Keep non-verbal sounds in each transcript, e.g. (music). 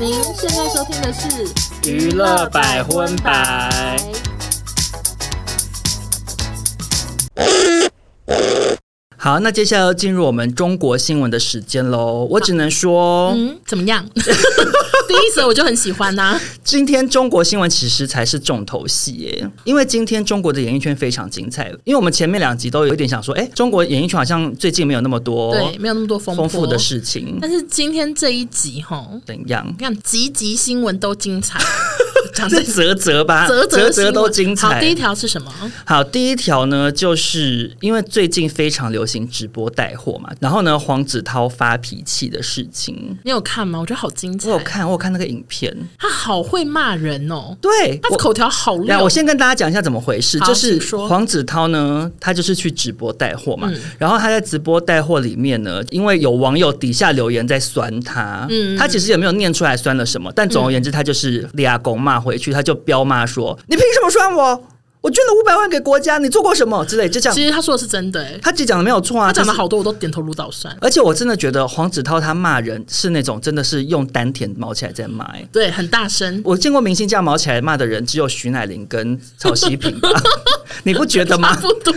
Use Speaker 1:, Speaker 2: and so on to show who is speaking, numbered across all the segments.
Speaker 1: 您现在收听的是《
Speaker 2: 娱乐百分百》。好，那接下来要进入我们中国新闻的时间喽。我只能说，
Speaker 3: 嗯，怎么
Speaker 1: (laughs)
Speaker 3: 样？第一则我就很喜欢啊呐、
Speaker 2: 今天中国新闻其实才是重头戏耶，因为今天中国的演艺圈非常精彩。因为我们前面两集都有一点想说，哎、中国演艺圈好像最近没有那么多
Speaker 3: 对，没有那么多风波
Speaker 2: 哦丰富的。事情，
Speaker 3: 但是今天这一集哈，
Speaker 2: 怎样
Speaker 3: 你？看集集新闻都精
Speaker 2: (laughs)
Speaker 3: 彩，讲这
Speaker 2: 这啧啧吧，
Speaker 3: 啧
Speaker 2: 啧
Speaker 3: 新
Speaker 2: 啧
Speaker 3: 闻
Speaker 2: 啊都精彩。
Speaker 3: 好，第一条是什么？
Speaker 2: 好，第一条呢，就是因为最近非常流行直播带货嘛，然后呢，黄子韬发脾气的事情，
Speaker 3: 你有看吗？我觉得好精彩
Speaker 2: 我有，看，我有看那个影片，
Speaker 3: 他好会骂人哦，
Speaker 2: 对
Speaker 3: 他
Speaker 2: 我
Speaker 3: 口条好
Speaker 2: 来，
Speaker 3: 溜
Speaker 2: 我。先跟大家讲一下怎么回事，
Speaker 3: 好
Speaker 2: 就是
Speaker 3: 请说
Speaker 2: 黄子韬呢，他就是去直播带货嘛，
Speaker 3: 嗯
Speaker 2: 然后他在直播带货里面呢，因为有网友底下留言在酸他，
Speaker 3: 嗯
Speaker 2: 他其实也没有念出来酸了什么，但总而言之，他就是立阿公骂回去，他就彪骂说：“你凭什么酸我？我捐了五百万给国家，你做过什么？”之类，就这样。
Speaker 3: 其实他说的是真的、欸，
Speaker 2: 他其实讲的没有错啊，
Speaker 3: 他讲的
Speaker 2: 就是
Speaker 3: 好多我都点头如捣蒜。
Speaker 2: 而且我真的觉得黄子韬他骂人是那种真的是用丹田毛起来在骂、欸。
Speaker 3: 对，很大声，
Speaker 2: 我见过明星这样毛起来骂的人，只有徐乃麟跟曹希平
Speaker 3: (laughs)
Speaker 2: 吧？你不觉得
Speaker 3: 差
Speaker 2: 吗？
Speaker 3: 不多。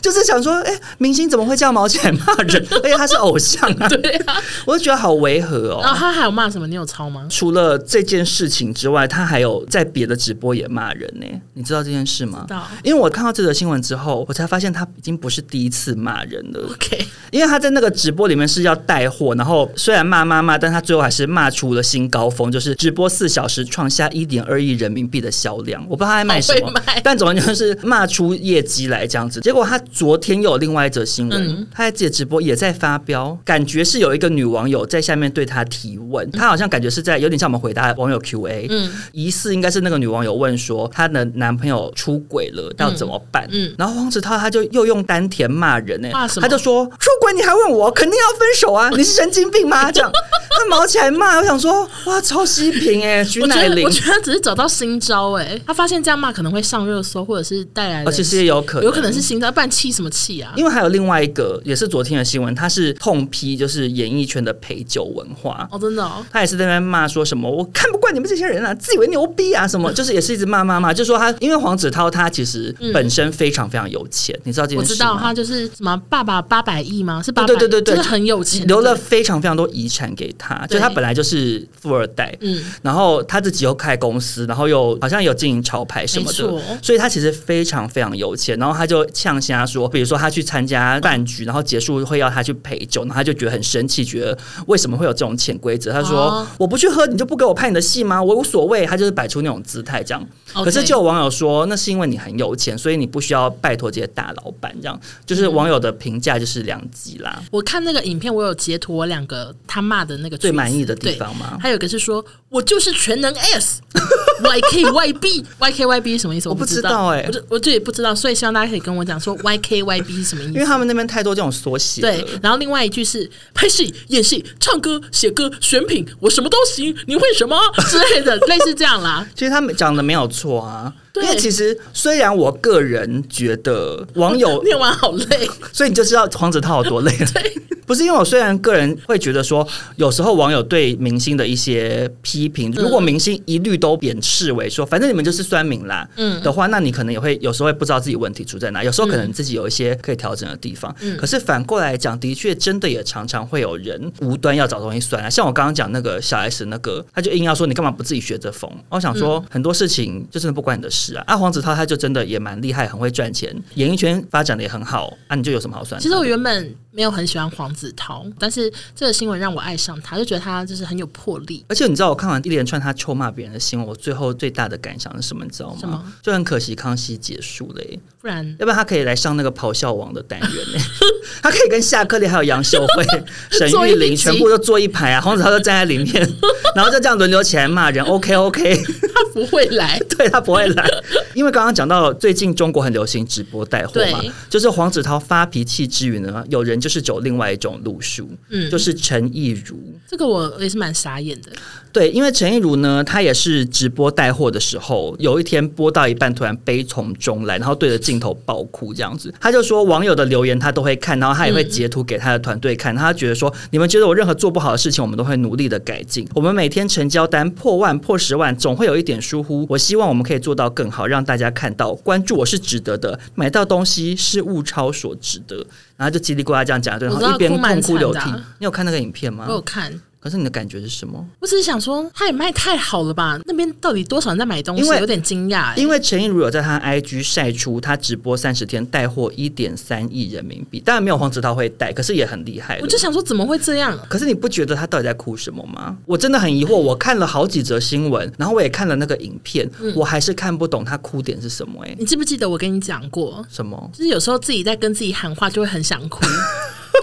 Speaker 2: 就是想说，哎、明星怎么会这样毛起来骂人？而且他是偶像啊，
Speaker 3: 对啊，
Speaker 2: 我就觉得好违和哦。
Speaker 3: 然后他还有骂什么？你有抄吗？
Speaker 2: 除了这件事情之外，他还有在别的直播也骂人呢、你知道这件事吗
Speaker 3: 知道？
Speaker 2: 因为我看到这则新闻之后，我才发现他已经不是第一次骂人了。
Speaker 3: OK，
Speaker 2: 因为他在那个直播里面是要带货，然后虽然骂骂骂，但他最后还是骂出了新高峰，就是直播四小时创下一点二亿人民币的销量。我不知道他在卖什
Speaker 3: 好
Speaker 2: 么
Speaker 3: 会卖，
Speaker 2: (laughs) 但总之就是骂出业绩来这样子。结果他昨天又有另外一则新闻，
Speaker 3: 嗯
Speaker 2: 他在自己的直播也在发飙，感觉是有一个女网友在下面对他提问，他好像感觉是在有点像我们回答网友 Q&A，、
Speaker 3: 嗯
Speaker 2: 疑似应该是那个女网友问说她的男朋友出轨了，要怎么办？
Speaker 3: 嗯
Speaker 2: 然后黄子韬他就又用丹田骂人呢、
Speaker 3: 骂什
Speaker 2: 他
Speaker 3: 么
Speaker 2: 就说出轨你还问我，肯定要分
Speaker 3: (laughs)
Speaker 2: 手啊！你是神经病吗？这样他毛起来骂，我想说哇，超西平哎、徐
Speaker 3: (laughs) 我觉
Speaker 2: 乃
Speaker 3: 得
Speaker 2: 麟
Speaker 3: 我，觉得他只是找到新招哎、他发现这样骂可能会上热搜，或者是带来
Speaker 2: 而且哦是也有可能，
Speaker 3: 有可能是新招，不然气什么气啊？
Speaker 2: 因为还有另外一个也是昨天的新闻，他是痛批就是演艺圈的陪酒文化。
Speaker 3: 哦，真的哦，
Speaker 2: 他也是在那边骂说什么，我看不惯你们这些人啊，自以为牛逼啊，什么，就是也是一直骂骂骂，就说他，因为黄子韬他其实本身非常非常有钱，你知道这件
Speaker 3: 我
Speaker 2: 事
Speaker 3: 知道
Speaker 2: 吗
Speaker 3: 他就是什么爸爸八百亿吗？是八百，
Speaker 2: 对对对对对
Speaker 3: 就是很有钱，
Speaker 2: 留了
Speaker 3: 对
Speaker 2: 非常非常多遗产给他，就
Speaker 3: 对
Speaker 2: 他本来就是富二代。
Speaker 3: 嗯，
Speaker 2: 然后他自己又开公司，然后又好像有经营潮牌什么
Speaker 3: 没错
Speaker 2: 的，所以他其实非常非常有钱。然后他就呛瞎说，比如说他去参加饭局，然后结束会要他去陪酒，然后他就觉得很生气，觉得为什么会有这种潜规则？他说、
Speaker 3: 哦
Speaker 2: 我不去喝，你就不给我拍你的戏吗？我无所谓。他就是摆出那种姿态这样。
Speaker 3: OK
Speaker 2: 可是就有网友说，那是因为你很有钱，所以你不需要拜托这些大老板这样。就是网友的评价就是两极啦。
Speaker 3: 我看那个影片，我有截图我两个他骂的那个
Speaker 2: 最
Speaker 3: 句子
Speaker 2: 满意的地
Speaker 3: 对
Speaker 2: 方吗
Speaker 3: 还有一个是说我就是全能
Speaker 2: (laughs)
Speaker 3: S，Y K Y B，Y K Y B 是什么意思？
Speaker 2: 我
Speaker 3: 我
Speaker 2: 不知
Speaker 3: 知
Speaker 2: 道欸
Speaker 3: 我就我就也不知道，所以希望大家可以跟我讲说 Y K Y B 是什么意
Speaker 2: 因为
Speaker 3: 思。
Speaker 2: 他们那边太多这种缩写了。
Speaker 3: 对，然后另外一句是拍戏、演戏、唱歌、写歌、选品，我什么都行，你会什么之类的，类似这样啦。
Speaker 2: 其实他们讲的没有错啊。因
Speaker 3: 对，
Speaker 2: 为其实虽然我个人觉得 (laughs) 网
Speaker 3: (laughs)
Speaker 2: 友
Speaker 3: 念完好累，
Speaker 2: 所以你就知道黄子韬有多累了。 (laughs) 不是因为我虽然个人会觉得说，有时候网友对明星的一些批评，
Speaker 3: 嗯
Speaker 2: 如果明星一律都贬斥为说，反正你们就是酸民啦，嗯的话，那你可能也会有时候会不知道自己问题出在哪，有时
Speaker 3: 嗯
Speaker 2: 候可能自己有一些可以调整的地方。可是反过来讲，的确真的也常常会有人无端要找东西酸啊，像我刚刚讲那个小 S 那个，他就硬要说你干嘛不自己学着疯？我想
Speaker 3: 嗯
Speaker 2: 说很多事情就真的不关你的事啊。啊，黄子韬他就真的也蛮厉害，很会赚钱，演艺圈发展的也很好啊，你就有什么好酸的？
Speaker 3: 其实我原本没有很喜欢黄子韬，但是这个新闻让我爱上他，就觉得他就是很有魄力。
Speaker 2: 而且你知道，我看完一连串他臭骂别人的新闻，我最后最大的感想是什么？你知道
Speaker 3: 什
Speaker 2: 吗
Speaker 3: 么？
Speaker 2: 就很可惜康熙结束了、耶，
Speaker 3: 不然
Speaker 2: 要不然他可以来上那个咆哮王的单元、耶， (laughs) 他可以跟夏克立还有杨秀慧、沈
Speaker 3: 做
Speaker 2: 玉
Speaker 3: 一
Speaker 2: 琳
Speaker 3: 集
Speaker 2: 全部都坐一排啊，黄子韬就站在里
Speaker 3: (laughs)
Speaker 2: 面，然后就这样轮流起来骂人。OK OK，
Speaker 3: 他不会来。
Speaker 2: (laughs) 对他不会来，因为刚刚讲到最近中国很流行直播带货嘛
Speaker 3: 对，
Speaker 2: 就是黄子韬发脾气之余呢，有人就是走另外一种路数，嗯，就是陈亦儒。
Speaker 3: 这个我也是蛮傻眼的。
Speaker 2: 对，因为陈亦儒呢，他也是直播带货的时候，有一天播到一半，突然悲从中来，然后对着镜头爆哭这样子。他就说网友的留言他都会看，然后他也会截图给他的团队看。他觉得说，你们觉得我任何做不好的事情，我们都会努力的改进。我们每天成交单破万、破十万，总会有一点疏忽。我希望我们可以做到更好，让大家看到关注我是值得的，买到东西是物超所值得。然后就叽里呱啦这样讲，对，然
Speaker 3: 我知
Speaker 2: 后
Speaker 3: 道
Speaker 2: 一边
Speaker 3: 哭蛮
Speaker 2: 痛哭流涕
Speaker 3: 惨的啊。
Speaker 2: 你有看那个影片
Speaker 3: 我有
Speaker 2: 吗？
Speaker 3: 看，
Speaker 2: 哦可是你的感觉是什么？
Speaker 3: 我只是想说，他也卖太好了吧？那边到底多少人在买东西？
Speaker 2: 因为
Speaker 3: 有点惊讶、欸，
Speaker 2: 因为陈亦儒有在他 IG 晒出他直播三十天带货一点三亿人民币，当然没有黄子韬会带，可是也很厉害了
Speaker 3: 我就想说，怎么会这样？
Speaker 2: 可是你不觉得他到底在哭什么吗？我真的很疑惑。
Speaker 3: 嗯
Speaker 2: 我看了好几则新闻，然后我也看了那个影片，
Speaker 3: 嗯
Speaker 2: 我还是看不懂他哭点是什么、欸。哎，
Speaker 3: 你记不记得我跟你讲过，
Speaker 2: 什么？
Speaker 3: 就是有时候自己在跟自己喊话，就会很想
Speaker 2: (laughs)
Speaker 3: 哭，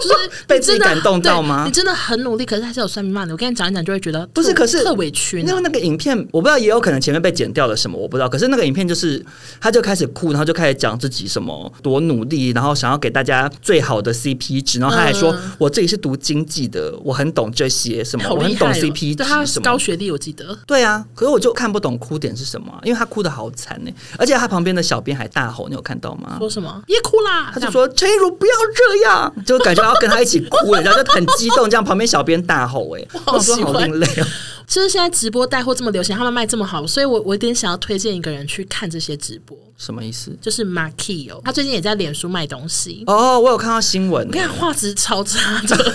Speaker 3: 就是
Speaker 2: 被
Speaker 3: 你
Speaker 2: 自
Speaker 3: 真
Speaker 2: 己
Speaker 3: 的
Speaker 2: 感动到吗
Speaker 3: 对你真的很努力，可是还是有酸民骂你。我跟你讲一讲，就会觉得
Speaker 2: 不是
Speaker 3: 特
Speaker 2: 可是
Speaker 3: 特委屈呢
Speaker 2: 因为。那个影片，我不知道，也有可能前面被剪掉了什么，我不知道。可是那个影片就是，他就开始哭，然后就开始讲自己什么多努力，然后想要给大家最
Speaker 3: (laughs)
Speaker 2: 好的 CP 值，然后他还说、
Speaker 3: 嗯
Speaker 2: 我自己是读经济的，我很懂这些什么，
Speaker 3: 好
Speaker 2: 我
Speaker 3: 厉
Speaker 2: 很
Speaker 3: 害、
Speaker 2: 懂
Speaker 3: 哦！
Speaker 2: CP
Speaker 3: 对他
Speaker 2: 值什么
Speaker 3: 高。学历，我记得
Speaker 2: 对啊，可是我就看不懂哭点是什么啊、因为他哭的好惨呢、而且他旁边的小编还大吼，你有看到吗？
Speaker 3: 说什么别哭啦，
Speaker 2: 他就说：“陈亦儒不要这样。” (laughs) 就感觉要跟他一起哭了，然后就很激动，这样旁边小编大吼、
Speaker 3: (laughs)
Speaker 2: 哎，
Speaker 3: 好
Speaker 2: 我说
Speaker 3: 喜
Speaker 2: 好
Speaker 3: 欢
Speaker 2: 另类哦。
Speaker 3: 其实现在直播带货这么流行，他们卖这么好，所以我我有点想要推荐一个人去看这些直播，
Speaker 2: 什么意思？
Speaker 3: 就是 Markio，他最近也在脸书卖东西。
Speaker 2: 哦，我有看到新闻
Speaker 3: 我，跟你讲，画质超差的。 (laughs)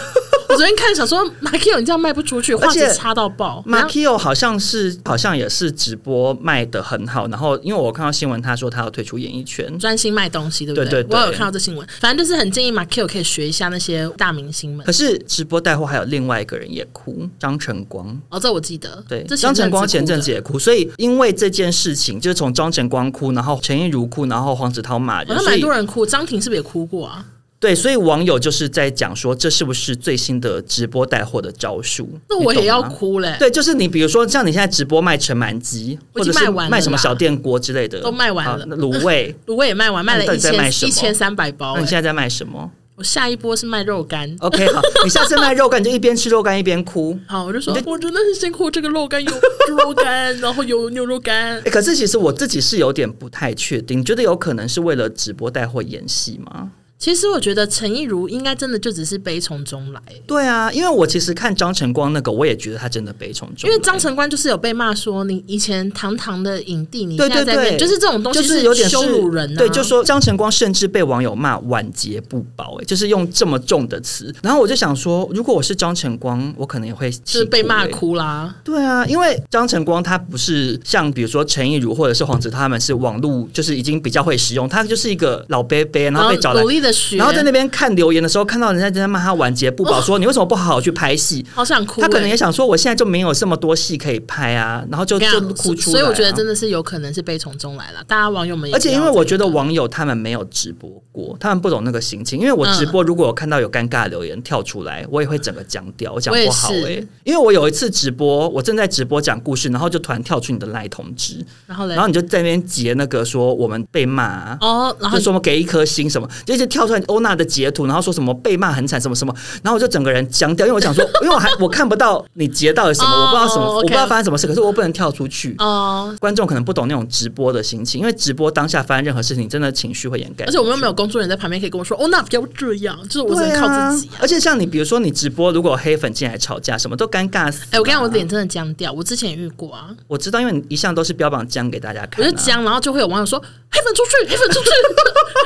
Speaker 3: 我昨天看想说 Markio 你这样卖不出去，画
Speaker 2: 而且
Speaker 3: 质差到爆。然后
Speaker 2: Markio 好像是好像也是直播卖的很好，然后因为我看到新闻，他说他要退出演艺圈，
Speaker 3: 专心卖东西，对不
Speaker 2: 对对对
Speaker 3: 我有看到这新闻，反正就是很建议马 Q 可以学一下那些大明星们
Speaker 2: 可。是直播带货还有另外一个人也哭，张晨光。
Speaker 3: 哦，这我记得，
Speaker 2: 对，
Speaker 3: 这
Speaker 2: 张晨光前阵子
Speaker 3: 前
Speaker 2: 也哭，所以因为这件事情，就是从张晨光哭，然后陈亦儒哭，然后黄子韬骂
Speaker 3: 哭的好像
Speaker 2: 人，所
Speaker 3: 哦蛮
Speaker 2: 以
Speaker 3: 多人哭，张庭是不是也哭过啊？
Speaker 2: 对，所以网友就是在讲说，这是不是最新的直播带货的招数？
Speaker 3: 那我也
Speaker 2: 你懂
Speaker 3: 要
Speaker 2: 吗。
Speaker 3: 哭嘞、
Speaker 2: 对，就是你，比如说像你现在直播卖陈满鸡，
Speaker 3: 我已
Speaker 2: 或
Speaker 3: 经
Speaker 2: 者
Speaker 3: 卖
Speaker 2: 是
Speaker 3: 完了
Speaker 2: 卖什么
Speaker 3: 啦
Speaker 2: 小电锅之类的，
Speaker 3: 都卖完
Speaker 2: 好
Speaker 3: 了
Speaker 2: 那
Speaker 3: (laughs)
Speaker 2: 卤味，
Speaker 3: 卤味也卖完，卖
Speaker 2: 那你到
Speaker 3: 了一
Speaker 2: 底在
Speaker 3: 千
Speaker 2: 卖什么
Speaker 3: 一千三百包、
Speaker 2: 那你
Speaker 3: 欸
Speaker 2: 现在在哦卖什么
Speaker 3: 我下一波是卖肉干。 (laughs)
Speaker 2: ？OK，好，你下次卖肉干，你就一边吃肉干一边哭。
Speaker 3: 好，我就说哦
Speaker 2: 你，
Speaker 3: 我真的很辛苦，这个肉干
Speaker 2: (laughs)
Speaker 3: 有猪肉干，然后有牛肉干。
Speaker 2: 诶可是其实我自己是有点不太确定，你觉得有可能是为了直播带货演戏吗？
Speaker 3: 其实我觉得陈亦儒应该真的就只是悲从中来，
Speaker 2: 对啊，因为我其实看张晨光那个，我也觉得他真的悲从
Speaker 3: 因
Speaker 2: 中来，
Speaker 3: 为张晨光就是有被骂说你以前堂堂的影帝，你
Speaker 2: 对
Speaker 3: 现在在
Speaker 2: 对
Speaker 3: 变
Speaker 2: 对
Speaker 3: 就是这种东西
Speaker 2: 就是有点是
Speaker 3: 羞辱人、啊，
Speaker 2: 对，就说张晨光甚至被网友骂晚节不保、欸，就是用这么重的词。然后我就想说，如果我是张晨光，我可能也会气
Speaker 3: 就是被骂
Speaker 2: 欸。
Speaker 3: 哭啦。
Speaker 2: 对啊，因为张晨光他不是像比如说陈亦儒或者是黄子韬他们是网络就是已经比较会使用，他就是一个老伯伯，然后被找来
Speaker 3: 努，力的学，
Speaker 2: 然后在那边看留言的时候，看到人家在骂他晚节不保，说你为什么不好好去拍戏？
Speaker 3: 好想哭欸、
Speaker 2: 他可能也想说，我现在就没有这么多戏可以拍啊，然后就
Speaker 3: 我跟你
Speaker 2: 就
Speaker 3: 讲
Speaker 2: 哭出来、啊。
Speaker 3: 所以我觉得真的是有可能是悲从中来了。大家网友们也不
Speaker 2: 而
Speaker 3: 要
Speaker 2: 且
Speaker 3: 这
Speaker 2: 因
Speaker 3: 样，
Speaker 2: 为我觉得网友他们没有直播过，他们不懂那个心情。因为我直
Speaker 3: 嗯
Speaker 2: 播，如果我看到有尴尬的留言跳出来，我也会整个僵掉，我讲不好
Speaker 3: 我也
Speaker 2: 哎、
Speaker 3: 是
Speaker 2: 欸因为我有一次直播，我正在直播讲故事，然后就突然跳出你的赖通知，
Speaker 3: 然后嘞
Speaker 2: 然，后你就在那边截那个说我们被骂、啊。
Speaker 3: 哦，然后
Speaker 2: 就说我们给一颗星什么，就一直跳出来欧娜的截图，然后说什么被骂很惨什么什么，然后我就整个人僵掉，因为我想说，因为我还我看不到你截到了什
Speaker 3: (laughs)
Speaker 2: 么，
Speaker 3: 哦
Speaker 2: 我不知道什么，
Speaker 3: OK
Speaker 2: 我不知道发生什么事，可是我不能跳出去，
Speaker 3: 哦。
Speaker 2: 观众可能不懂那种直播的心情，因为直播当下发生任何事情，真的情绪会掩盖。
Speaker 3: 而且我们又没有工作人员在旁边可以跟我说，哦，那不要这样，就是我只能
Speaker 2: 对
Speaker 3: 靠自己
Speaker 2: 啊
Speaker 3: 啊。
Speaker 2: 而且像你，比如说你直播，如果有黑粉进来吵架，什么都尴尬死。啊
Speaker 3: 哎、我跟你讲，我脸，真的僵掉。我之前也遇过啊，
Speaker 2: 我知道，因为你一向都是标榜僵给大家
Speaker 3: 我
Speaker 2: 看、啊。
Speaker 3: 就僵，然后就会有网友说黑粉出去，黑粉出
Speaker 2: (laughs)
Speaker 3: 去，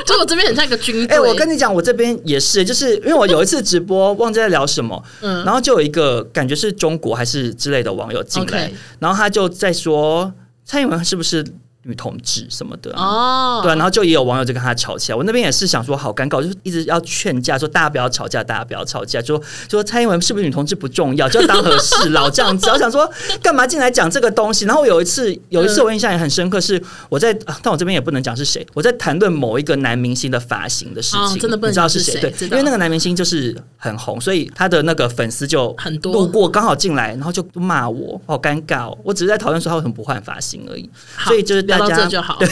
Speaker 3: 就我这边很像一个军
Speaker 2: 哎、
Speaker 3: 队。
Speaker 2: 我跟你讲，我这边也是，就是因为我有一次直播忘记在聊什么，
Speaker 3: 嗯
Speaker 2: 然后就有一个感觉是中国还是之类的网友进来
Speaker 3: OK
Speaker 2: 然后他就在说蔡英文是不是女同志什么的啊、
Speaker 3: 哦，
Speaker 2: 对啊、然后就也有网友就跟他吵起来。我那边也是想说，好尴尬，我就是一直要劝架，说大家不要吵架，大家不要吵架，就说就说蔡英文是不是女同志不重要，就要当和事佬这样子。 (laughs) 我想说，干嘛进来讲这个东西？然后我有一次，有一次
Speaker 3: 嗯
Speaker 2: 我印象也很深刻，是我在，啊但我这边也不能讲是谁，我在谈论某一个男明星的发型的事情，
Speaker 3: 哦真的不能
Speaker 2: 你知道
Speaker 3: 讲是
Speaker 2: 谁
Speaker 3: 谁
Speaker 2: 对，
Speaker 3: 知
Speaker 2: 因
Speaker 3: 道
Speaker 2: 为那个男明星就是很红，所以他的那个粉丝就
Speaker 3: 很多
Speaker 2: 路过刚好进来，然后就骂我，好尴尬哦。我只是在讨论说他为什么不换发型而已，
Speaker 3: 好
Speaker 2: 所以就是
Speaker 3: 聊到
Speaker 2: 大家
Speaker 3: 这就好
Speaker 2: 对，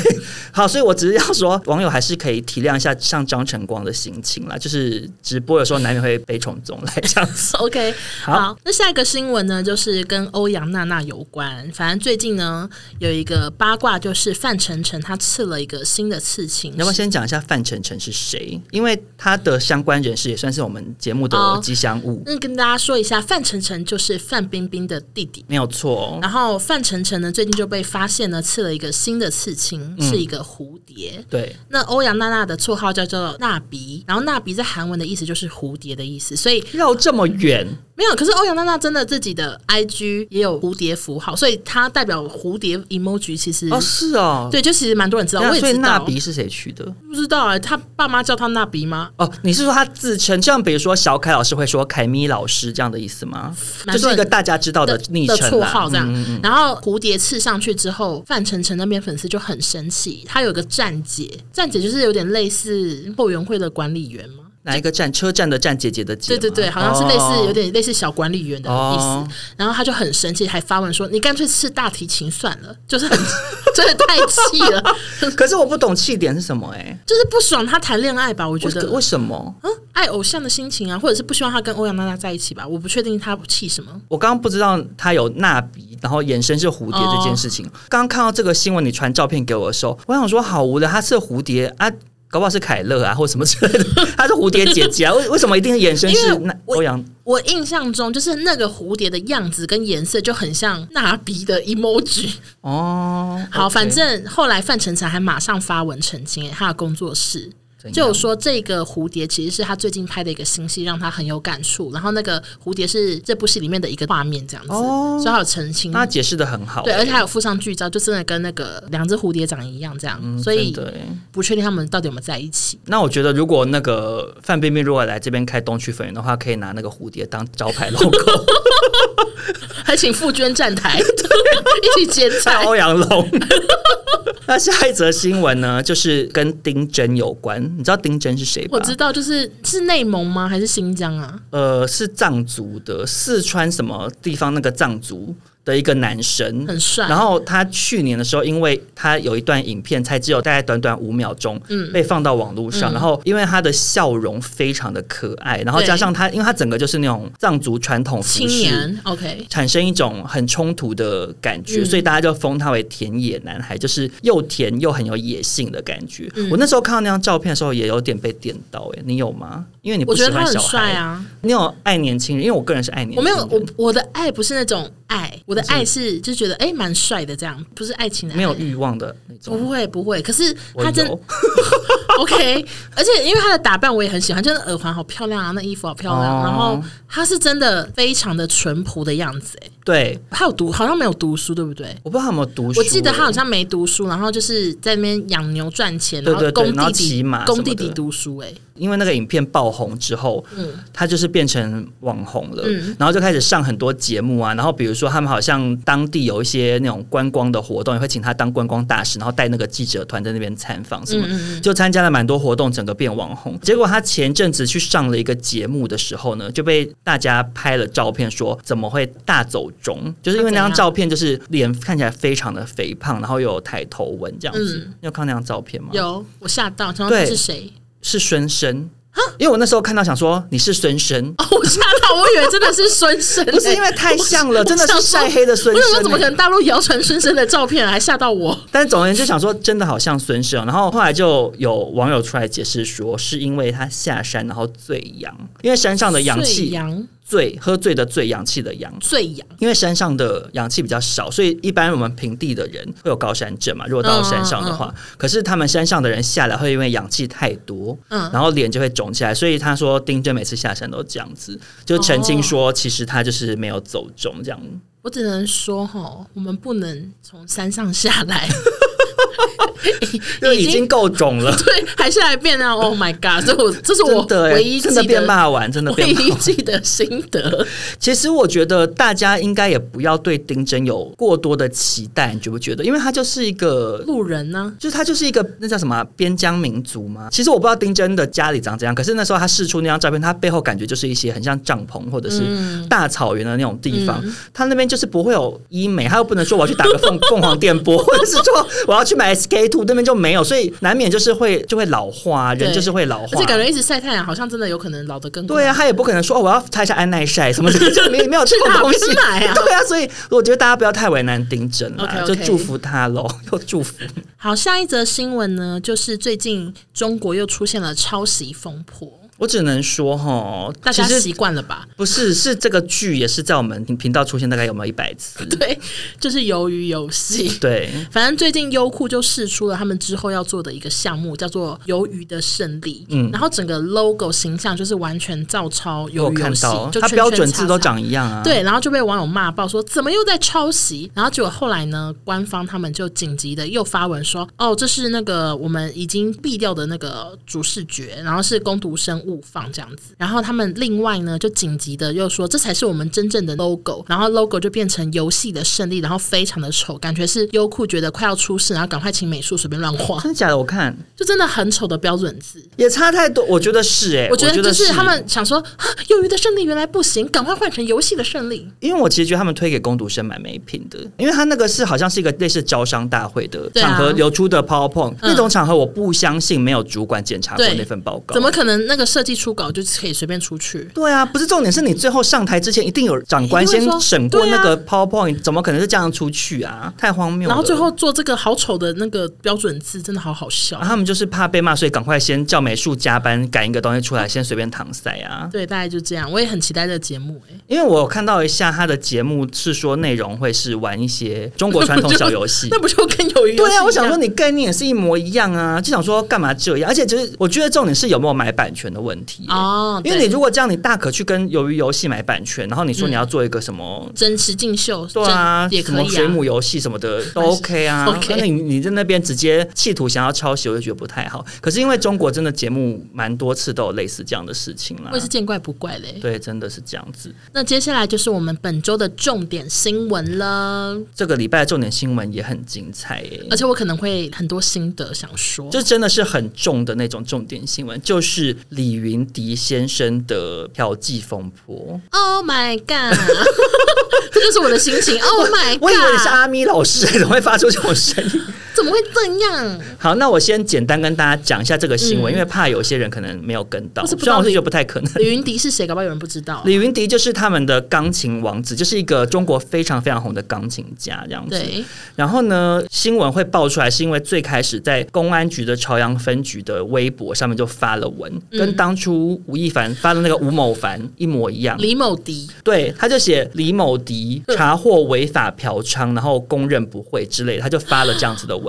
Speaker 2: 好，所以我只是要说，网友还是可以体谅一下像张晨光的心情啦，就是直播有时候难免会被宠总来这样子。
Speaker 3: (laughs) OK，
Speaker 2: 好
Speaker 3: 那下一个新闻呢，就是跟欧阳娜娜有关。反正最近呢，有一个八卦，就是范丞丞他刺了一个新的刺青
Speaker 2: (laughs) 你，要不要先讲一下范丞丞是谁？因为他的相关人士也算是我们节目的
Speaker 3: 哦
Speaker 2: 吉祥物，
Speaker 3: 那跟大家说一下，范丞丞就是范冰冰的弟弟。
Speaker 2: 没有错。哦
Speaker 3: 然后范丞丞呢，最近就被发现呢刺了一个新的刺青，
Speaker 2: 嗯
Speaker 3: 是一个蝴蝶。
Speaker 2: 对，
Speaker 3: 那欧阳娜娜的绰号叫做娜比，然后娜比在韩文的意思就是蝴蝶的意思，所以
Speaker 2: 绕这么远，
Speaker 3: 没有。可是欧阳娜娜真的自己的 IG 也有蝴蝶符号，所以她代表蝴蝶 emoji 其实
Speaker 2: 哦，是哦，
Speaker 3: 对，就其实蛮多人知道，
Speaker 2: 对啊
Speaker 3: 我也
Speaker 2: 所以
Speaker 3: 知
Speaker 2: 那
Speaker 3: 道，
Speaker 2: 比是谁取的？
Speaker 3: 不知道哎、他爸妈叫他那比吗？
Speaker 2: 哦，你是说他自称，就像比如说小凯老师会说凯咪老师这样的意思吗？
Speaker 3: 蛮
Speaker 2: 就是一个大家知道的昵
Speaker 3: 的
Speaker 2: 称
Speaker 3: 绰
Speaker 2: 啦
Speaker 3: 号这样
Speaker 2: 嗯，
Speaker 3: 然后蝴蝶刺上去之后，范丞丞那边粉丝就很生气，他有个站姐，站姐就是有点类似后援会的管理员吗？
Speaker 2: 哪一个站？车站的站，姐姐的姐
Speaker 3: 对
Speaker 2: 吗。
Speaker 3: 对对，好像是类似有
Speaker 2: 哦。
Speaker 3: 点类似小管理员的意思。
Speaker 2: 哦
Speaker 3: 然后他就很生气，还发文说：“你干脆刺大提琴算了。”就是
Speaker 2: (laughs)
Speaker 3: 很真的太气了，
Speaker 2: 可是我不懂气点是什么哎、
Speaker 3: 就是不爽他谈恋爱吧？我觉
Speaker 2: 为
Speaker 3: 得
Speaker 2: 为什么？
Speaker 3: 嗯，爱偶像的心情啊，或者是不希望他跟欧阳娜娜在一起吧？我不确定他气什么。
Speaker 2: 我刚刚不知道他有蜡笔，然后衍生是蝴蝶这件事情。
Speaker 3: 哦
Speaker 2: 刚刚看到这个新闻，你传照片给我的时候，我想说好无聊，他是蝴蝶啊，搞不好是凯乐啊，或什么之类的，他是蝴蝶姐姐啊，为 (laughs) 为什么一定衍生
Speaker 3: 因
Speaker 2: 是
Speaker 3: 为
Speaker 2: 那
Speaker 3: 我
Speaker 2: 欧阳？
Speaker 3: 我印象中就是那个蝴蝶的样子跟颜色就很像蜡笔的
Speaker 2: (laughs)
Speaker 3: emoji。
Speaker 2: 哦，
Speaker 3: 好
Speaker 2: OK
Speaker 3: 反正后来范丞丞还马上发文澄清、欸，他的工作室
Speaker 2: 怎样
Speaker 3: 就有说这个蝴蝶其实是他最近拍的一个新戏，让他很有感触。然后那个蝴蝶是这部戏里面的一个画面，这样子，
Speaker 2: 哦
Speaker 3: 所以他有澄清。
Speaker 2: 那解释的很好、
Speaker 3: 对，
Speaker 2: 欸
Speaker 3: 而且还有附上剧照，就真的跟那个两只蝴蝶长一样，这样，
Speaker 2: 嗯
Speaker 3: 所以
Speaker 2: 真的欸
Speaker 3: 不确定他们到底有没有在一起。
Speaker 2: 那我觉得，如果那个范冰冰如果来这边开东区粉圆的话，可以拿那个蝴蝶当招牌 logo，
Speaker 3: 还请傅娟站
Speaker 2: (laughs)
Speaker 3: 台 (laughs) 一起剪彩。
Speaker 2: 欧阳龙。 (laughs) 那下一则新闻呢，就是跟丁真有关。你知道丁真是谁吧？
Speaker 3: 我知道，就是是内蒙吗？还是新疆啊？
Speaker 2: 呃，是藏族的，四川什么地方那个藏族的一个男神，
Speaker 3: 很帅
Speaker 2: 然后他去年的时候，因为他有一段影片，才只有大概短短五秒钟，
Speaker 3: 嗯
Speaker 2: 被放到网络上。然后因为他的笑容非常的可爱，然后
Speaker 3: 对
Speaker 2: 加上他，因为他整个就是那种藏族传统服
Speaker 3: 青
Speaker 2: 饰。
Speaker 3: 年，OK，
Speaker 2: 产生一种很冲突的感觉，
Speaker 3: 嗯
Speaker 2: 所以大家就封他为田野男孩，就是又甜又很有野性的感觉。
Speaker 3: 嗯
Speaker 2: 我那时候看到那张照片的时候，也有点被电到、欸，你有吗？因为你不
Speaker 3: 我
Speaker 2: 喜
Speaker 3: 觉得
Speaker 2: 欢小
Speaker 3: 他
Speaker 2: 孩，
Speaker 3: 很帅啊。
Speaker 2: 你有爱年轻人，因为我个人是爱年轻人，
Speaker 3: 我没有，我我的爱不是那种爱，我的爱是就觉得哎蛮帅的这样，不是爱情的爱
Speaker 2: 没有欲望的那种。
Speaker 3: 不会不会，可是
Speaker 2: 我
Speaker 3: 他真
Speaker 2: 有
Speaker 3: OK，而且因为他的打扮我也很喜欢，就是耳环好漂亮啊，那衣服好漂亮，
Speaker 2: 哦
Speaker 3: 然后他是真的非常的淳朴的样子、哎，
Speaker 2: 对，
Speaker 3: 他有读好像没有读书，对不对？
Speaker 2: 我不知道他有没有读书、
Speaker 3: 我记得他好
Speaker 2: 欸
Speaker 3: 像没读书，然后就是在那边养牛赚钱，
Speaker 2: 对
Speaker 3: 然后
Speaker 2: 对对
Speaker 3: 工
Speaker 2: 然后
Speaker 3: 地
Speaker 2: 骑
Speaker 3: 底
Speaker 2: 马
Speaker 3: 工
Speaker 2: 什么
Speaker 3: 地
Speaker 2: 的
Speaker 3: 底读书、哎，
Speaker 2: 因为那个影片爆红之后，
Speaker 3: 嗯，
Speaker 2: 他就是变成网红了，
Speaker 3: 嗯
Speaker 2: 然后就开始上很多节目啊。然后比如说他们好像当地有一些那种观光的活动，也会请他当观光大使，然后带那个记者团在那边参访什么，
Speaker 3: 嗯
Speaker 2: 就参加了蛮多活动，整个变网红。结果他前阵子去上了一个节目的时候呢，就被大家拍了照片说怎么会大走中，就是因为那
Speaker 3: 啊他怎
Speaker 2: 张
Speaker 3: 样
Speaker 2: 照片就是脸看起来非常的肥胖，然后又有抬头纹这样子。
Speaker 3: 嗯
Speaker 2: 你有看那张照片吗？
Speaker 3: 有我吓到，然后
Speaker 2: 对
Speaker 3: 这是谁？
Speaker 2: 是孙生。因为我那时候看到想说你是孙生，
Speaker 3: 啊哦，我吓到，我以为真的是孙生、
Speaker 2: 不是因为太像了，真的是晒黑的孙
Speaker 3: 我想说
Speaker 2: 生
Speaker 3: 怎么可
Speaker 2: 欸、
Speaker 3: 能大陆谣传孙生的照片还吓到我？
Speaker 2: 但总而言之，想说真的好像孙生哦、然后后来就有网友出来解释说，是因为他下山然后醉阳，因为山上的氧
Speaker 3: 醉
Speaker 2: 气
Speaker 3: 阳
Speaker 2: 醉，喝醉的醉，氧气的氧。
Speaker 3: 醉阳，
Speaker 2: 因为山上的氧气比较少，所以一般我们平地的人会有高山症嘛。如果到山上的话，可是他们山上的人下来会因为氧气太多，
Speaker 3: 嗯
Speaker 2: 然后脸就会肿起来。所以他说丁真每次下山都这样子，就澄清说其实他就是没有走中这样。 (laughs)
Speaker 3: 我只能说哈，我们不能从山上下来。
Speaker 2: 就已经够肿 (laughs) 了。
Speaker 3: 对，还是来变啊！Oh my god！这我这是我
Speaker 2: 真的
Speaker 3: 唯
Speaker 2: 哎，
Speaker 3: 一
Speaker 2: 真的
Speaker 3: 记
Speaker 2: 变
Speaker 3: 得
Speaker 2: 骂完，真的
Speaker 3: 唯
Speaker 2: 变骂
Speaker 3: 一
Speaker 2: 完。
Speaker 3: 记得心得。
Speaker 2: 其实我觉得大家应该也不要对丁真有过多的期待，你觉不觉得？因为他就是一个。
Speaker 3: 路人呢、
Speaker 2: 就是他就是一个那叫什么啊边疆民族嘛。其实我不知道丁真的家里长怎样，可是那时候他试出那张照片，他背后感觉就是一些很像帐篷或者
Speaker 3: 嗯
Speaker 2: 是大草原的那种地方。他那边就是不会有医美，他又不能说我要去打个凤凤凰电波， (laughs) 或者是说我要去买 SK two，那边就没有，所以难免就是会就会老化，人
Speaker 3: 对
Speaker 2: 就是会老化。
Speaker 3: 而且感觉一直晒太阳，好像真的有可能老得更快
Speaker 2: 对啊，，他也不可能说、哦、我要擦一下安耐晒什么 (laughs) 的，就没没有这种东西
Speaker 3: 去。哪边买啊
Speaker 2: 对啊，所以我觉得大家不要太为难丁真啦
Speaker 3: OK，OK
Speaker 2: 就祝福他喽，就祝福。
Speaker 3: 好，下一则新闻呢，就是最近中国又出现了抄袭风波，
Speaker 2: 我只能说哈，
Speaker 3: 大
Speaker 2: 其
Speaker 3: 家
Speaker 2: 实
Speaker 3: 习惯了
Speaker 2: (laughs)
Speaker 3: 吧？
Speaker 2: 不是是这个剧也是在我们频道出现大概有没有一
Speaker 3: (laughs)
Speaker 2: 百次？
Speaker 3: 对，就是鱿鱼游戏。
Speaker 2: 对，
Speaker 3: 反正最近优酷就试出了他们之后要做的一个项目，叫做“鱿鱼的胜利”。嗯，然后整个 logo 形象就是完全照抄
Speaker 2: 我
Speaker 3: 鱿
Speaker 2: 有
Speaker 3: 鱼游
Speaker 2: 看
Speaker 3: 戏
Speaker 2: 到，，
Speaker 3: 就
Speaker 2: 它
Speaker 3: 圈
Speaker 2: 标
Speaker 3: 圈
Speaker 2: 准
Speaker 3: 叉
Speaker 2: 字都
Speaker 3: 叉
Speaker 2: 长一样啊。，
Speaker 3: 对，然后就被网友骂爆说怎么又在抄袭？然后结果后来呢，官方他们就紧急的又发文说，哦，这是那个我们已经毙掉的那个主视觉，然后是工读生误放这样子。然后他们另外呢就紧急的又说，这才是我们真正的 logo。然后 logo 就变成游戏的胜利，然后非常的丑，感觉是优酷觉得快要出事，然后赶快请美术随便乱画，
Speaker 2: 真的假的？我看
Speaker 3: 就真的很丑的标准字。
Speaker 2: 也差太多，我觉得是哎、
Speaker 3: 我觉得就是是他，们想说， (gasps) 啊鱿鱼的胜利原来不行，赶快换成游戏的胜利。
Speaker 2: 因为我其实觉得他们推给工读生买没品的，因为他那个是好像是一个类似招商大会的
Speaker 3: 对啊嗯
Speaker 2: 场合流出的 PowerPoint，、那种场合我不相信没有主管检查过
Speaker 3: 对
Speaker 2: 那份报告。
Speaker 3: 怎么可能那个设计初稿就是可以随便出去？
Speaker 2: 对啊，不是重点是你最后上台之前，一定有长官
Speaker 3: 一定
Speaker 2: 先
Speaker 3: 会说
Speaker 2: 审过那个
Speaker 3: 对
Speaker 2: PowerPoint，、怎么可能是这样出去啊？太荒谬了。
Speaker 3: 然后最后做这个好丑的那个标准字，真的好好笑。
Speaker 2: 啊他们就是怕被骂，所以赶快先叫美术加班赶一个东西出来，先随便搪塞啊。
Speaker 3: 对，大概就这样。我也很期待这个节目、 (laughs) 哎，
Speaker 2: 因为我有看到一下他的节目是说内容会是玩一些中国传统小游戏
Speaker 3: 那。不就跟鱿鱼游戏一样？
Speaker 2: (laughs) 对啊，我想说你概念也是一模一样啊，就想说干嘛这样？而且就是我觉得重点是有没有买版权的问题、
Speaker 3: 哦，
Speaker 2: 因为你
Speaker 3: 对
Speaker 2: 如果这样，你大可去跟鱿鱼游戏买版权，然后你说你要做一个什么
Speaker 3: 真实进秀，
Speaker 2: 对啊，
Speaker 3: 真也
Speaker 2: 什
Speaker 3: 可
Speaker 2: 么
Speaker 3: 以
Speaker 2: 水
Speaker 3: 啊。
Speaker 2: 母游戏什
Speaker 3: (laughs)
Speaker 2: 么的都 OK 啊。
Speaker 3: OK
Speaker 2: 那你你在那边直接企图想要抄袭，我就觉得不太好。可是因为中国真的节目蛮多次都有类似这样的事情啦
Speaker 3: 我也。是见怪不怪嘞、
Speaker 2: 对，真的是这样子。
Speaker 3: 那接下来就是我们本周的重点新闻了，
Speaker 2: 这个礼拜的重点新闻也很精彩耶、
Speaker 3: 而且我可能会很多心得想说。
Speaker 2: 就真的是很重的那种重点新闻，就是李云迪先生的嫖妓风波。
Speaker 3: Oh my (laughs) god！这就是我的心情。Oh (laughs) my
Speaker 2: 我以为你是
Speaker 3: god！
Speaker 2: 阿咪老师，怎么会发出这种声
Speaker 3: (laughs)
Speaker 2: 音？
Speaker 3: 怎么会这样？
Speaker 2: 好，那我先简单跟大家讲一下这个新闻，因为怕有些人可能没有跟到，
Speaker 3: 或嗯是不
Speaker 2: 虽
Speaker 3: 知道
Speaker 2: 然我是
Speaker 3: 李
Speaker 2: 觉得不太可能。
Speaker 3: 李 (laughs) 云迪是谁？搞不好有人不知道。
Speaker 2: 李云迪就是他们的钢琴王子，就是一个中国非常非常红的钢琴家这样子。
Speaker 3: 对，
Speaker 2: 然后呢，新闻会爆出来，是因为最开始在公安局的朝阳分局的微博上面就发了文，跟当初吴亦凡发的那个吴某凡一模一样。
Speaker 3: 李某迪，
Speaker 2: 对，他就写李某迪查获违法嫖娼，然后供认不讳之类的，他就发了这样子的文。